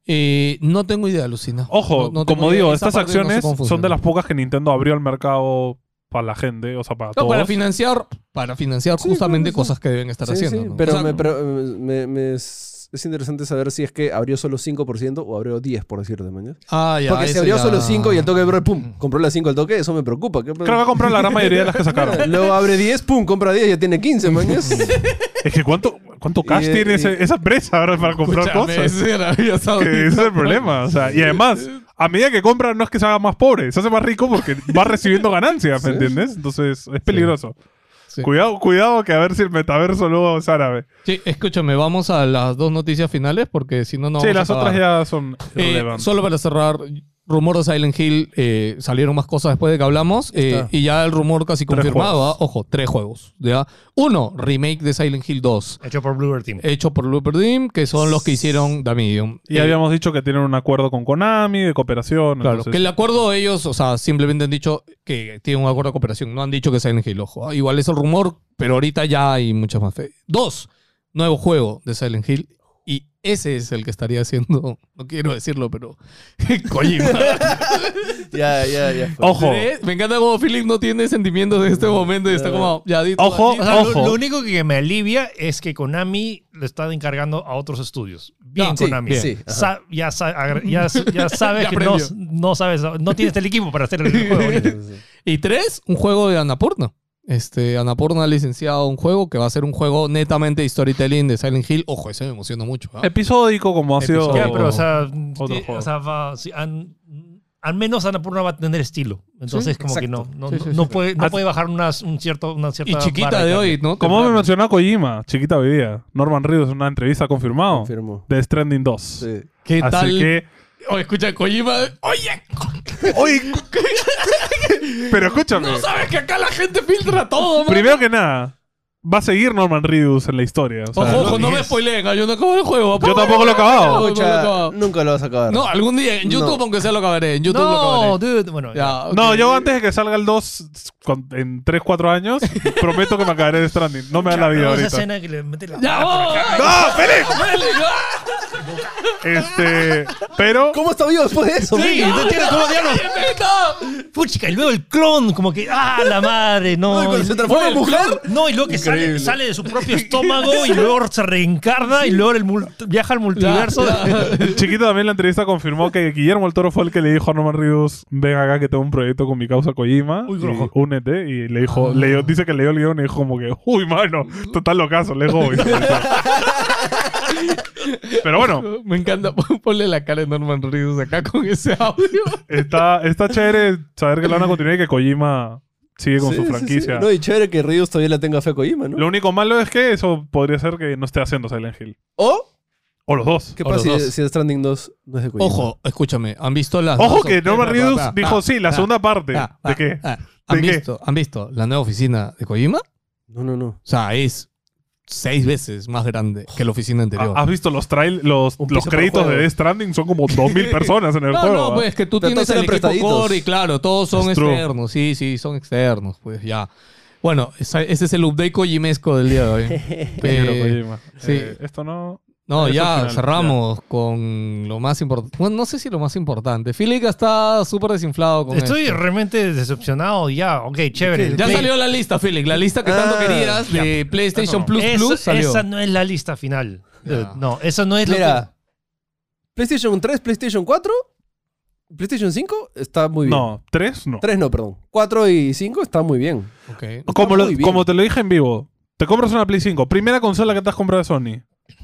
Eh, no tengo idea, Lucina. Ojo, No- no tengo como idea. digo, Esa estas parte no sé acciones cómo son funciona. de las pocas que Nintendo abrió al mercado para la gente, o sea, para No, todos. para financiar, para financiar Sí, justamente claro, sí. cosas que deben estar Sí, haciendo. sí, ¿no? pero, O sea, me, pero, eh, me- me es, es interesante saber si es que abrió solo 5% o abrió 10%, por decirte, mañana. ah, ya, Porque si eso abrió ya- Mm. solo 5 y el toque, bro, pum, compró las 5 al toque, eso me preocupa. ¿qué- Creo que ha comprado la gran mayoría de las que sacaron. Luego abre 10, pum, compra 10, ya tiene 15, mañas. Es que ¿cuánto, cuánto cash Y, eh, tiene y- ese- esa empresa ahora para comprar Escúchame, cosas? ese era- ya sabes. Que ese es el problema. O sea, y además, a medida que compra, no es que se haga más pobre, se hace más rico porque va recibiendo ganancias, ¿me entiendes? Entonces, es peligroso. Sí. Cuidado, cuidado que a ver si el metaverso luego es árabe. Sí, escúchame, vamos a las dos noticias finales porque si no, no. sí, vamos a las otras acabar. ya son Eh, irrelevantes. solo para cerrar, rumor de Silent Hill, eh, salieron más cosas después de que hablamos eh, está. y ya el rumor casi Tres confirmado. juegos. ¿ah? Ojo, tres juegos. ¿ya? Uno, remake de Silent Hill 2, Hecho por Bluebird Team. hecho por Looper Team, que son los que hicieron The Medium. y Eh, habíamos dicho que tienen un acuerdo con Konami de cooperación. Claro, entonces- que el acuerdo de ellos, o sea, simplemente han dicho que tienen un acuerdo de cooperación. No han dicho que Silent Hill, ojo. Ah, Igual es el rumor, pero ahorita ya hay mucha más fe. Dos, nuevo juego de Silent Hill. Y ese es el que estaría haciendo, no quiero decirlo, pero Kojima. ya, ya, ya. fue. Ojo, Tres, Me encanta como Philip no tiene sentimientos en este momento y está como, ya di tú, Eh. Ojo, di O tú. sea, lo- Ojo. Lo, único que me alivia es que Konami lo está encargando a otros estudios. Bien, Ah, sí, Konami. bien. sí, ajá. Sa- ya, sa- agra- ya- ya sabes Ya que no, aprendió. no sabes, no tienes el equipo para hacer el juego. Y tres, un juego de Anapurna. Este, Anapurna ha licenciado un juego que va a ser un juego netamente de storytelling de Silent Hill. Ojo, ese me emociona mucho. Eh, ¿ah? episódico como ha sido. Ya, Episódico. pero, o sea, Otro ti- juego. o sea, va- si an- al menos Annapurna va a tener estilo. Entonces, Sí, como que no, exacto. no, Sí, no- sí, no sí. puede, no Haz- puede bajar unas, un cierto, una cierta. Y chiquita barra de hoy, cambio. ¿no? Como me Temprano. mencionó Kojima, chiquita hoy día. Norman Reedus en una entrevista ha confirmado. Confirmó. De Stranding 2. Sí. ¿Qué Así tal? que. Oye, escucha, Kojima. Oye, Oye, pero escúchame. no sabes que acá la gente filtra todo, man. Primero que nada, va a seguir Norman Reedus en la historia. o sea, Ojo, ojo, no no me es- spoileen. ah, Yo no acabo el juego. Yo tampoco lo he acabado. No, no, Escucha, no, no. nunca lo vas a acabar. No, algún día en YouTube, No. aunque sea, lo acabaré. En YouTube lo No, acabaré. dude. Bueno, ya. Ya, ok. No, yo antes de que salga el 2, con- en 3, 4 años, prometo que me acabaré de Stranding. No me da la vida Esa ahorita. escena que le mete la. ¡Ya, vamos! ¡No, Felipe! ¡No! Este. Pero. ¿Cómo está vivo después de eso? Sí, no entiendo cómo diablos. Puchica, y luego el clon, como que, ah, la madre, Ay, no. cuando Y- se transforma en mujer. No, y luego que sale, Increíble. sale de su propio estómago y luego se reencarna y luego el mul- viaja al multiverso. El chiquito también en la entrevista confirmó que Guillermo el Toro fue el que le dijo a Norman Reedus, ven acá que tengo un proyecto con mi causa Kojima, Uy, y grojo. únete. Y le dijo, Ah. leyó- dice que leyó el guión y dijo como que, uy, mano, total locazo, le dijo. "Uy". Pero bueno, Me encanta ponle la cara de Norman Reedus acá con ese audio. está, está chévere saber que la van a continuar y que Kojima sigue con Sí, su sí, sí. franquicia. No, y chévere que Ríos todavía la tenga fe a Kojima, ¿no? Lo único malo es que eso podría ser que no esté haciendo Silent Hill. O, O los dos. ¿qué O los pasa si, dos. si Death Stranding 2 no es de Kojima? Ojo, escúchame, han visto las. Ojo dos que op- Norman Ah, Reedus ah, dijo, ah, sí, la ah, segunda parte. ah, ¿De ah, qué? ah. ¿Han, qué? visto, ¿Han visto la nueva oficina de Kojima? No, no, no. O sea, es seis veces más grande que la oficina anterior. Ah, ¿Has visto los trail, los, Un los piso por créditos de juego. Death Stranding? Son como 2.000 personas en el no, juego. no, ¿ah? pues que tú Pero tienes todos el eran equipo prestaditos. core y claro, todos son Es true. externos. Sí, sí, son externos, pues ya. Bueno, esa- ese es el update Kojimesco del día de hoy. Pero, Eh, Kojima, sí. eh, esto no. No, Eso al ya final, cerramos con lo más importante. Bueno, no sé si lo más importante. Filica está súper desinflado con Estoy esto. realmente decepcionado ya. Ok, chévere. Ya Play- salió la lista, Filic. La lista que tanto Ah, querías de PlayStation no. Plus Es- Plus salió. Esa no es la lista final. Ya. Eh, No, eso no es lo que- Mira, PlayStation 3, PlayStation 4, PlayStation 5 está muy bien. No, tres no. 3 no, perdón. 4 y 5 está muy bien. Ok. Como, Está lo- muy bien. como te lo dije en vivo, te compras una Play 5, primera consola que te has comprado de Sony, Ya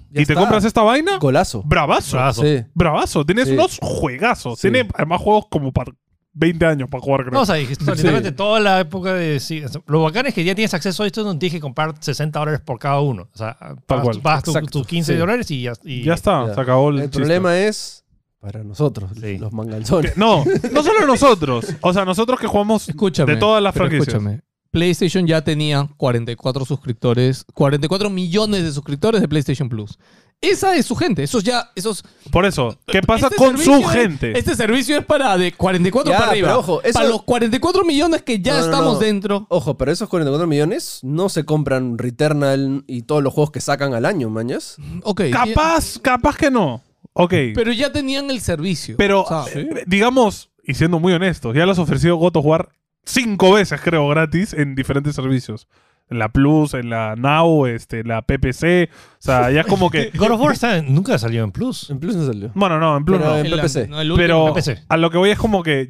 y te está. compras esta vaina, Golazo. bravazo. Brazo. Sí. Bravazo. Tienes Sí. unos juegazos. Sí. Tiene además juegos como para 20 años para jugar, creo. No, o sea, literalmente Sí. toda la época de... sí, o sea, lo bacán es que ya tienes acceso a esto donde tienes que comprar 60 dólares por cada uno. O sea, pagas, cual. pagas tu- Exacto, tus 15 sí. dólares y ya... y- ya está, ya. se acabó el, El chiste. problema es para nosotros, Sí. los manganzones. No, no solo nosotros. O sea, nosotros que jugamos Escúchame. de todas las pero franquicias. Escúchame. PlayStation ya tenía 44 suscriptores, 44 millones de suscriptores de PlayStation Plus. Esa es su gente. Esos ya, esos. Por eso, ¿qué pasa Este con su servicio es- gente? Este servicio es para de 44 Ya, para arriba. pero ojo, eso- Para los 44 millones que ya No, no, estamos no. dentro. Ojo, pero esos 44 millones no se compran Returnal y todos los juegos que sacan al año, mañas. Ok. Capaz, capaz que no. Ok. Pero, Pero ya tenían el servicio. O sea, eh, digamos, y siendo muy honestos, ya los ofreció God of War cinco veces, creo, gratis en diferentes servicios. En la Plus, en la Now, este, la PPC. O sea, ya es como que. God of War está- nunca salió en Plus. En Plus no salió. Bueno, no, en Plus Pero no. en el- PPC. no, el último. Pero PC. a lo que voy es como que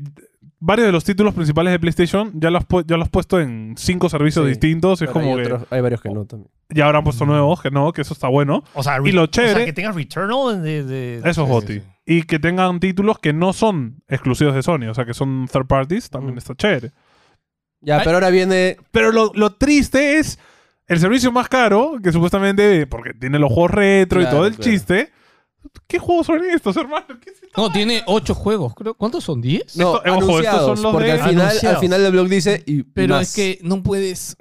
varios de los títulos principales de PlayStation ya los, pu- ya los has puesto en cinco servicios Sí. distintos. Es Pero como hay, que otros- hay varios que no también. ya habrán puesto nuevos, que no, que eso está bueno. O sea, Y lo o sea, chévere- que tengas Returnal de... de- Eso es Sí, Goti. sí, sí. Y que tengan títulos que no son exclusivos de Sony, o sea, que son third parties, también Mm. está chévere. Ya, Ay. pero ahora viene. Pero lo, lo triste es el servicio más caro, que supuestamente, porque tiene los juegos retro y Claro, todo el claro. chiste. ¿Qué juegos son estos, hermano? ¿Qué es esto? No, tiene 8 juegos, creo. ¿Cuántos son? ¿10? No, Esto- eh, ojo, anunciados, estos son los porque de- al final, al anunciados. final del blog dice. Y Pero más. es que no puedes.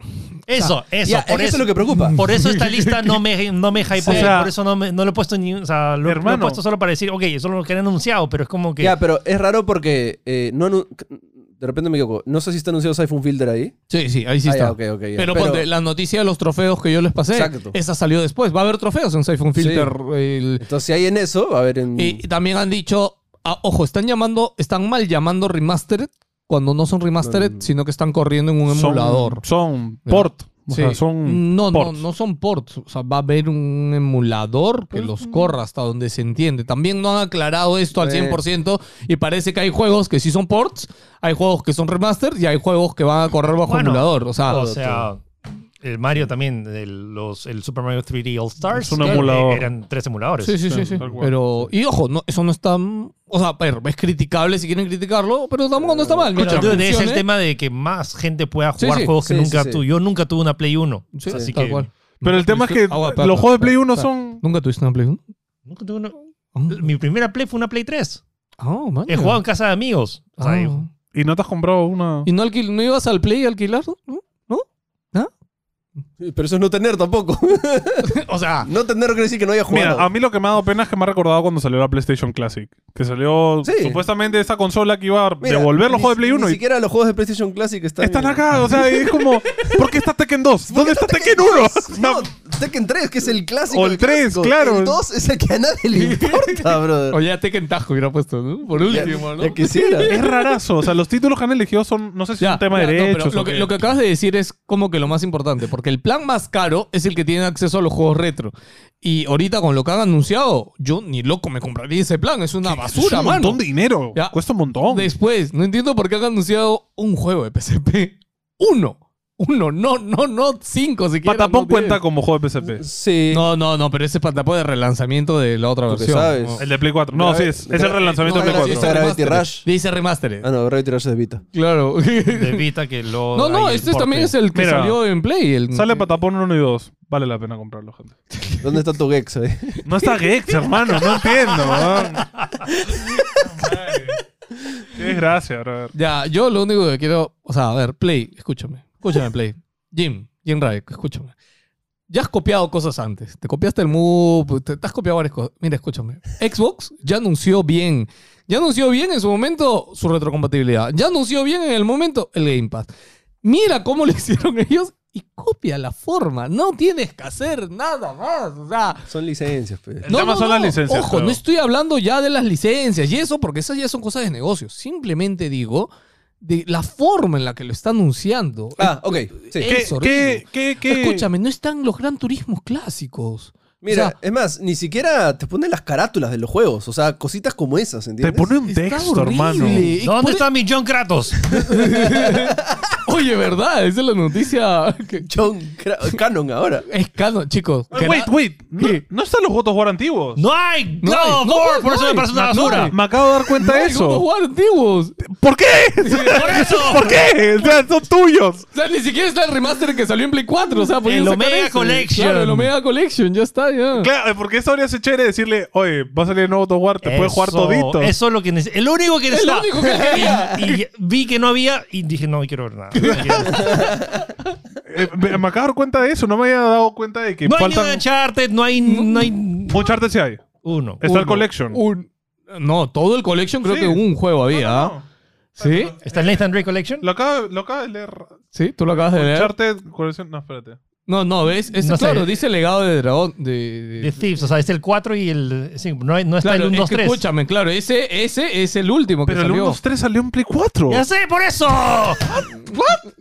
Eso, eso. Ya, es por que eso eso, es lo que preocupa. Por eso esta lista no me, no me hypeó, O sea, por eso no, me- no lo he puesto ni... O sea, lo, lo he hermano. puesto solo para decir, ok, eso es lo que han anunciado, pero es como que... Ya, pero es raro porque. eh, no anu- De repente me equivoco. No sé si está anunciado Siphon Filter ahí. Sí, sí, ahí sí Ah, está. ya, ok, ok, ya. Pero, ponte, la noticia de los trofeos que yo les pasé, Exacto. esa salió después. Va a haber trofeos en Siphon Sí. Mm. Filter. el- Entonces, si hay en eso, a ver en. Y también han dicho, ah, ojo, están llamando, están mal llamando remastered cuando no son remastered, Mm. sino que están corriendo en un emulador. Son, son Ya. port. O sea, Sí. son no, no, ports. no son ports. O sea, va a haber un emulador que Pues, los mm. corra hasta donde se entiende. También no han aclarado esto al Eh. 100% y parece que hay juegos que sí son ports, hay juegos que son remastered y hay juegos que van a correr bajo Bueno, emulador. O sea, O sea, el Mario también, el, los, el Super Mario 3D All Stars. Es un emulador. eh, Eran tres emuladores. Sí, sí, sí, sí. tal cual. Pero, y ojo, no, eso no está. O sea, pero es criticable si quieren criticarlo, pero tampoco no está mal. Pero, Mientras dude, es el funcione, tema de que más gente pueda Sí, jugar sí, juegos que sí, nunca sí, sí. tuve. Yo nunca tuve una Play 1. sí, así tal que- cual. Pero el ¿Nunca tema es que tuviste- Ah, bueno, los juegos de Play espera, 1 espera. son. ¿Nunca tuviste una Play 1? Nunca tuve una- Mi primera Play fue una Play 3. Ah, man. He jugado en casa de amigos. O sea, Ah. yo- Y no te has comprado una. ¿Y no, alquil- no ibas al Play a alquilar? ¿No? Pero eso es no tener tampoco. O sea, no tener quiere decir que no haya jugado. Mira, a mí lo que me ha dado pena es que me ha recordado cuando salió la PlayStation Classic. Que salió Sí. supuestamente esa consola que iba a Mira, devolver los ni- juegos de Play 1 Ni y siquiera los juegos de PlayStation Classic están. están acá. O sea, y es como, ¿por qué está Tekken 2? ¿Dónde está Tekken 1? No, No, Tekken 3, que es el clásico. O el del 3, clásico. claro. El 2 es el que a nadie le importa, brother. o ya Tekken Tajo hubiera puesto, ¿no? Por Ya- último, ¿no? ya quisiera. Es rarazo. O sea, los títulos que han elegido son, no sé si es un tema ya, de no, pero derechos. lo, o que, qué. lo que acabas de decir es como que lo más importante, porque el plan más caro es el que tiene acceso a los juegos retro. Y ahorita con lo que han anunciado, yo ni loco me compraría ese plan, es una Es basura, un mano. montón de dinero. Ya. Cuesta un montón. Después, no entiendo por qué han anunciado un juego de PSP. Uno. Uno, no, no, no, cinco siquiera. Patapón no cuenta diez. como juego de PSP. Sí. No, no, no, pero ese patapón de relanzamiento de la otra Tú que versión. sabes. No. El de Play 4. No, Gra- sí, es, es eh, el gra- relanzamiento no, de gra- Play sí, 4. está- Gravity Rush. Dice remastered. Ah, no, Gravity Rush es de Vita. Claro. de Vita que lo. No, no, ahí este porte. también es el que Mira, salió en Play. el- Sale Patapón 1 y 2. Vale la pena comprarlo, gente. ¿Dónde está tu eh? Gex ahí? No está Gex, hermano. No entiendo. weón. Qué desgracia, brother. Ya, yo lo único que quiero, o sea, a ver, Play, escúchame, escúchame, Play. Jim, Jim Raek, escúchame. Ya has copiado cosas antes. Te copiaste el Move, te, te has copiado varias cosas. Mira, escúchame. Xbox ya anunció bien. Ya anunció bien en su momento su retrocompatibilidad. Ya anunció bien en el momento el Game Pass. Mira cómo lo hicieron ellos y copia la forma. No tienes que hacer nada más. O sea, Son licencias, pues. El tema son las licencias, Ojo, creo. no estoy hablando ya de las licencias y eso, porque esas ya son cosas de negocios. Simplemente digo de la forma en la que lo está anunciando. Ah, ok. Sí. Eh, ¿Qué, Eso, qué, qué, qué? Escúchame, no están los gran turismos clásicos. Mira, o sea, es más, ni siquiera te ponen las carátulas de los juegos. O sea, cositas como esas, Te ¿entiendes? pone un Está texto, horrible. hermano. Y ¿Dónde pone- está mi John Kratos? Oye, ¿verdad? Esa es la noticia. que- John Cra- Canon ahora. Es canon, chicos. Eh, Gra- Wait, wait. No, no están los votos War antiguos. ¡No hay! No hay, ¡No, no War! hay, Por eso no me hay. parece una No basura. hay. Me acabo de dar cuenta de Ay, unos eso. juegos antiguos. ¿Por qué? ¡Por eso! ¿Por qué? O sea, son tuyos. O sea, ni siquiera está el remaster que salió en Play 4. O sea, podían El sacar Omega ese. Collection. Claro, el Omega Collection, ya está, ya. Claro, eh, porque eso habría sido chévere decirle, oye, va a salir el nuevo God of War, te puedes jugar Eso- todito. Eso es lo que necesito. El único que Es lo necesitaba. único que quería. y, y vi que no había y dije, no, no quiero ver nada. No, quiero. Eh, me, me acabo de dar cuenta de eso, no me había dado cuenta de que No hay ni un faltan... Uncharted, no hay, no hay Mucha arte sí hay. uno. Está el Collection. Un- no, todo el Collection creo Sí. que un juego había. No, no, ¿ah? no. ¿Sí? ¿Está el Nathan Drake Collection? Lo acabo, lo acabo de leer. Sí, tú lo acabas de leer. Uncharted, colección- No, espérate. No, no, ¿ves? Es, No sé. claro, dice legado de dragón. De, de- De Thieves, o sea, es el 4 y el 5. No, hay- no está Claro, el 1, es 2, que 3. escúchame, claro, ese, ese es el último que Pero el salió. 1-2-3 salió en Play 4. ¡Ya sé, por eso!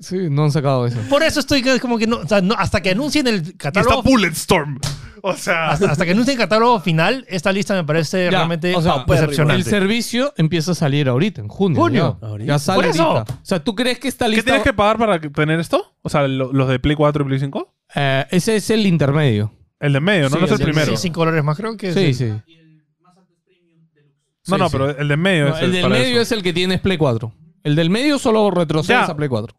Sí, no han sacado eso. Por eso estoy que- como que no, o sea, no- hasta que anuncien el Y está catálogo. Bulletstorm. O sea, Ah, Hasta, hasta que anuncien el catálogo final, esta lista me parece Ya, realmente o sea, El decepcionante. servicio empieza a salir ahorita, en junio. Junio. Ya, Ahorita. Ya sale Por eso. ahorita. O sea, ¿tú crees que esta ¿qué lista... tienes que pagar para que- tener esto? O sea, lo- los de Play 4 y Play 5. Eh, ese es el intermedio. El de en medio, ¿no? Sí, no es el el de- primero. Sí, 5 dólares más creo que es Sí, el- sí. no, Sí, no, sí. pero el de en medio No, es el del para medio eso. es el que tienes Play 4. El del medio solo retrocedes Ya. a Play 4.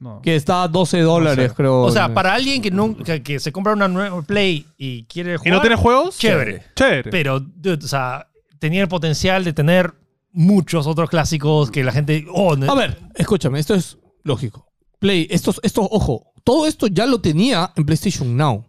No. Que está a 12 dólares, creo. O sea, en- para alguien que, nunca, que se compra una nueva Play y quiere jugar. ¿Y no tiene juegos? Chévere. Este. Chévere. Pero, dude, o sea, tenía el potencial de tener muchos otros clásicos que la gente. Oh, ne- A ver, escúchame, esto es lógico. Play, estos, estos, ojo, todo esto ya lo tenía en PlayStation Now.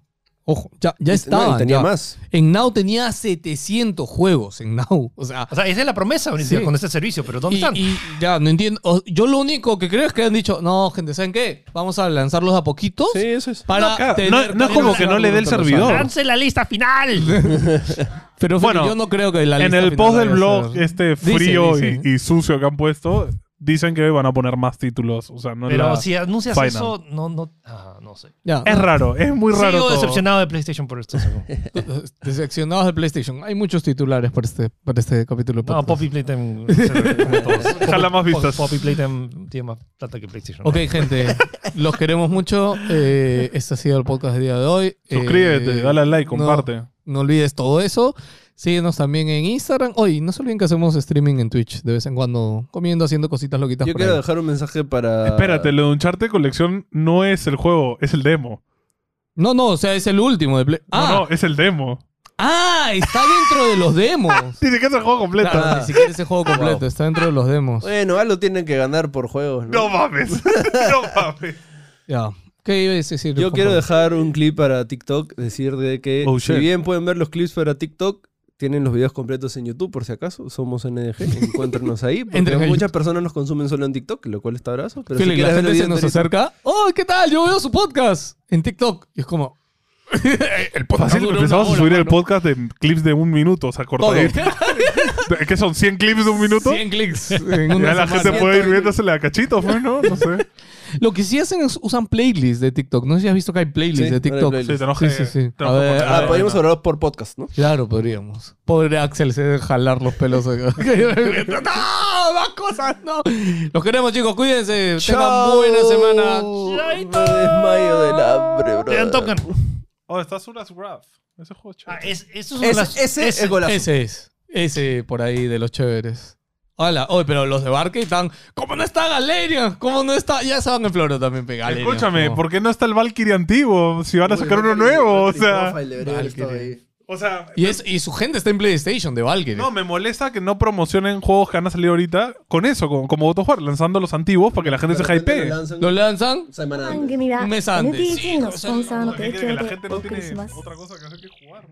Ojo, ya, ya Y- estaba. no, y tenía ya. más. En Now tenía 700 juegos en Now. O sea, O sea, esa es la promesa ahorita Sí. con este servicio, pero ¿dónde y, están? y ya, no entiendo. O- Yo lo único que creo es que han dicho, no, gente, ¿saben qué? Vamos a lanzarlos a poquitos. Sí, eso es. Para No, claro, tener- no- no es como que no le dé el servidor. ¡Lance la lista final! Pero Bueno, bueno, yo no creo que la en lista el final post del vaya a blog, ser- este Dice, frío y- dice. Y, sucio que han puesto, dicen que van a poner más títulos. O sea, no es Pero la- si anuncias final. eso, no, no, ah, no sé. Ya, Es raro, es muy raro. Sigo todo. decepcionado de PlayStation por esto. según. Decepcionados de PlayStation. Hay muchos titulares para este, para este capítulo. de No, podcast. Poppy Playtime. como todos. Jala más Poppy- vistas. Poppy Playtime tiene más plata que PlayStation. ¿no? Ok, gente, los queremos mucho. Eh, este ha sido el podcast del día de hoy. Eh, Suscríbete, dale al like, no- Ah. comparte. No, olvides todo eso. Síguenos también en Instagram. Hoy, no se olviden que hacemos streaming en Twitch de vez en cuando, comiendo, haciendo cositas loquitas. Yo por quiero ahí. dejar un mensaje para. Espérate, lo de Uncharted Colección no es el juego, es el demo. No, no, o sea, es el último de Play. Ah, No, no, es el demo. ah, está dentro de los demos. Ni siquiera es el juego completo. Claro, ni siquiera ese juego completo, Wow. está dentro de los demos. Bueno, algo tienen que ganar por juegos. ¿no? No mames. no mames. Ya. ¿Qué ibas a decir? Yo quiero compadre? dejar un clip para TikTok, decir de que Oh, si shit. bien pueden ver los clips para TikTok, tienen los videos completos en YouTube, por si acaso. Somos NDG, encuéntranos ahí. Porque Entren a muchas personas nos consumen solo en TikTok, lo cual está brazo. Pero Fíjate si que quieres la ver el gente video se nos enterito- acerca. ¡Oh, qué tal! Yo veo su podcast en TikTok. Y es como. el podcast. Fácil, dura una empezamos a hora, subir el mano. podcast de clips de un minuto, o sea, Todo. cortadito. ¿Qué son? ¿100 clips de un minuto? 100 clics. En Ya una la semana. gente puede ir viéndosela a cachitos, pues, ¿no? No sé. Lo que sí hacen es usan playlists de TikTok. No sé si has visto que hay playlists Sí, de TikTok. ahora hay Sí, te playlists. Sí, enojé. sí, sí. Te A enojé ver, con- ah, Ah, podríamos bueno. hablar por podcast, ¿no? Claro, podríamos. Pobre Axel se debe jalar los pelos. acá. ¡No! ¡Más cosas! ¡No! Los queremos, chicos. Cuídense. Tengan buena semana. Me desmayo del hambre, bro. Te dan token. Oh, está Suras Graph. Ese juego Ah, chévere. es, eso es una de las- Ese, ese es el golazo. Ese es. Ese por ahí de los chéveres. Hola, oye, pero los de Barca están. ¿Cómo no está Galeria? ¿Cómo no está? Ya se van en floro también, pe, Galeria. Escúchame, como- ¿por qué no está el Valkyrie antiguo? Si van a sacar uno nuevo, o sea. O sea, Y, es, y su gente está en PlayStation de Valkyrie. No, me molesta que no promocionen juegos que han salido ahorita con eso, con, como God of War, lanzando los antiguos para que la gente se hypee. ¿Lo lanzan? Semanalmente. 番組は Un mes antes. NTT のスポンサーの Porque creo que 提供 la で gente お no 送りし tiene ます。 otra cosa que hacer que jugar.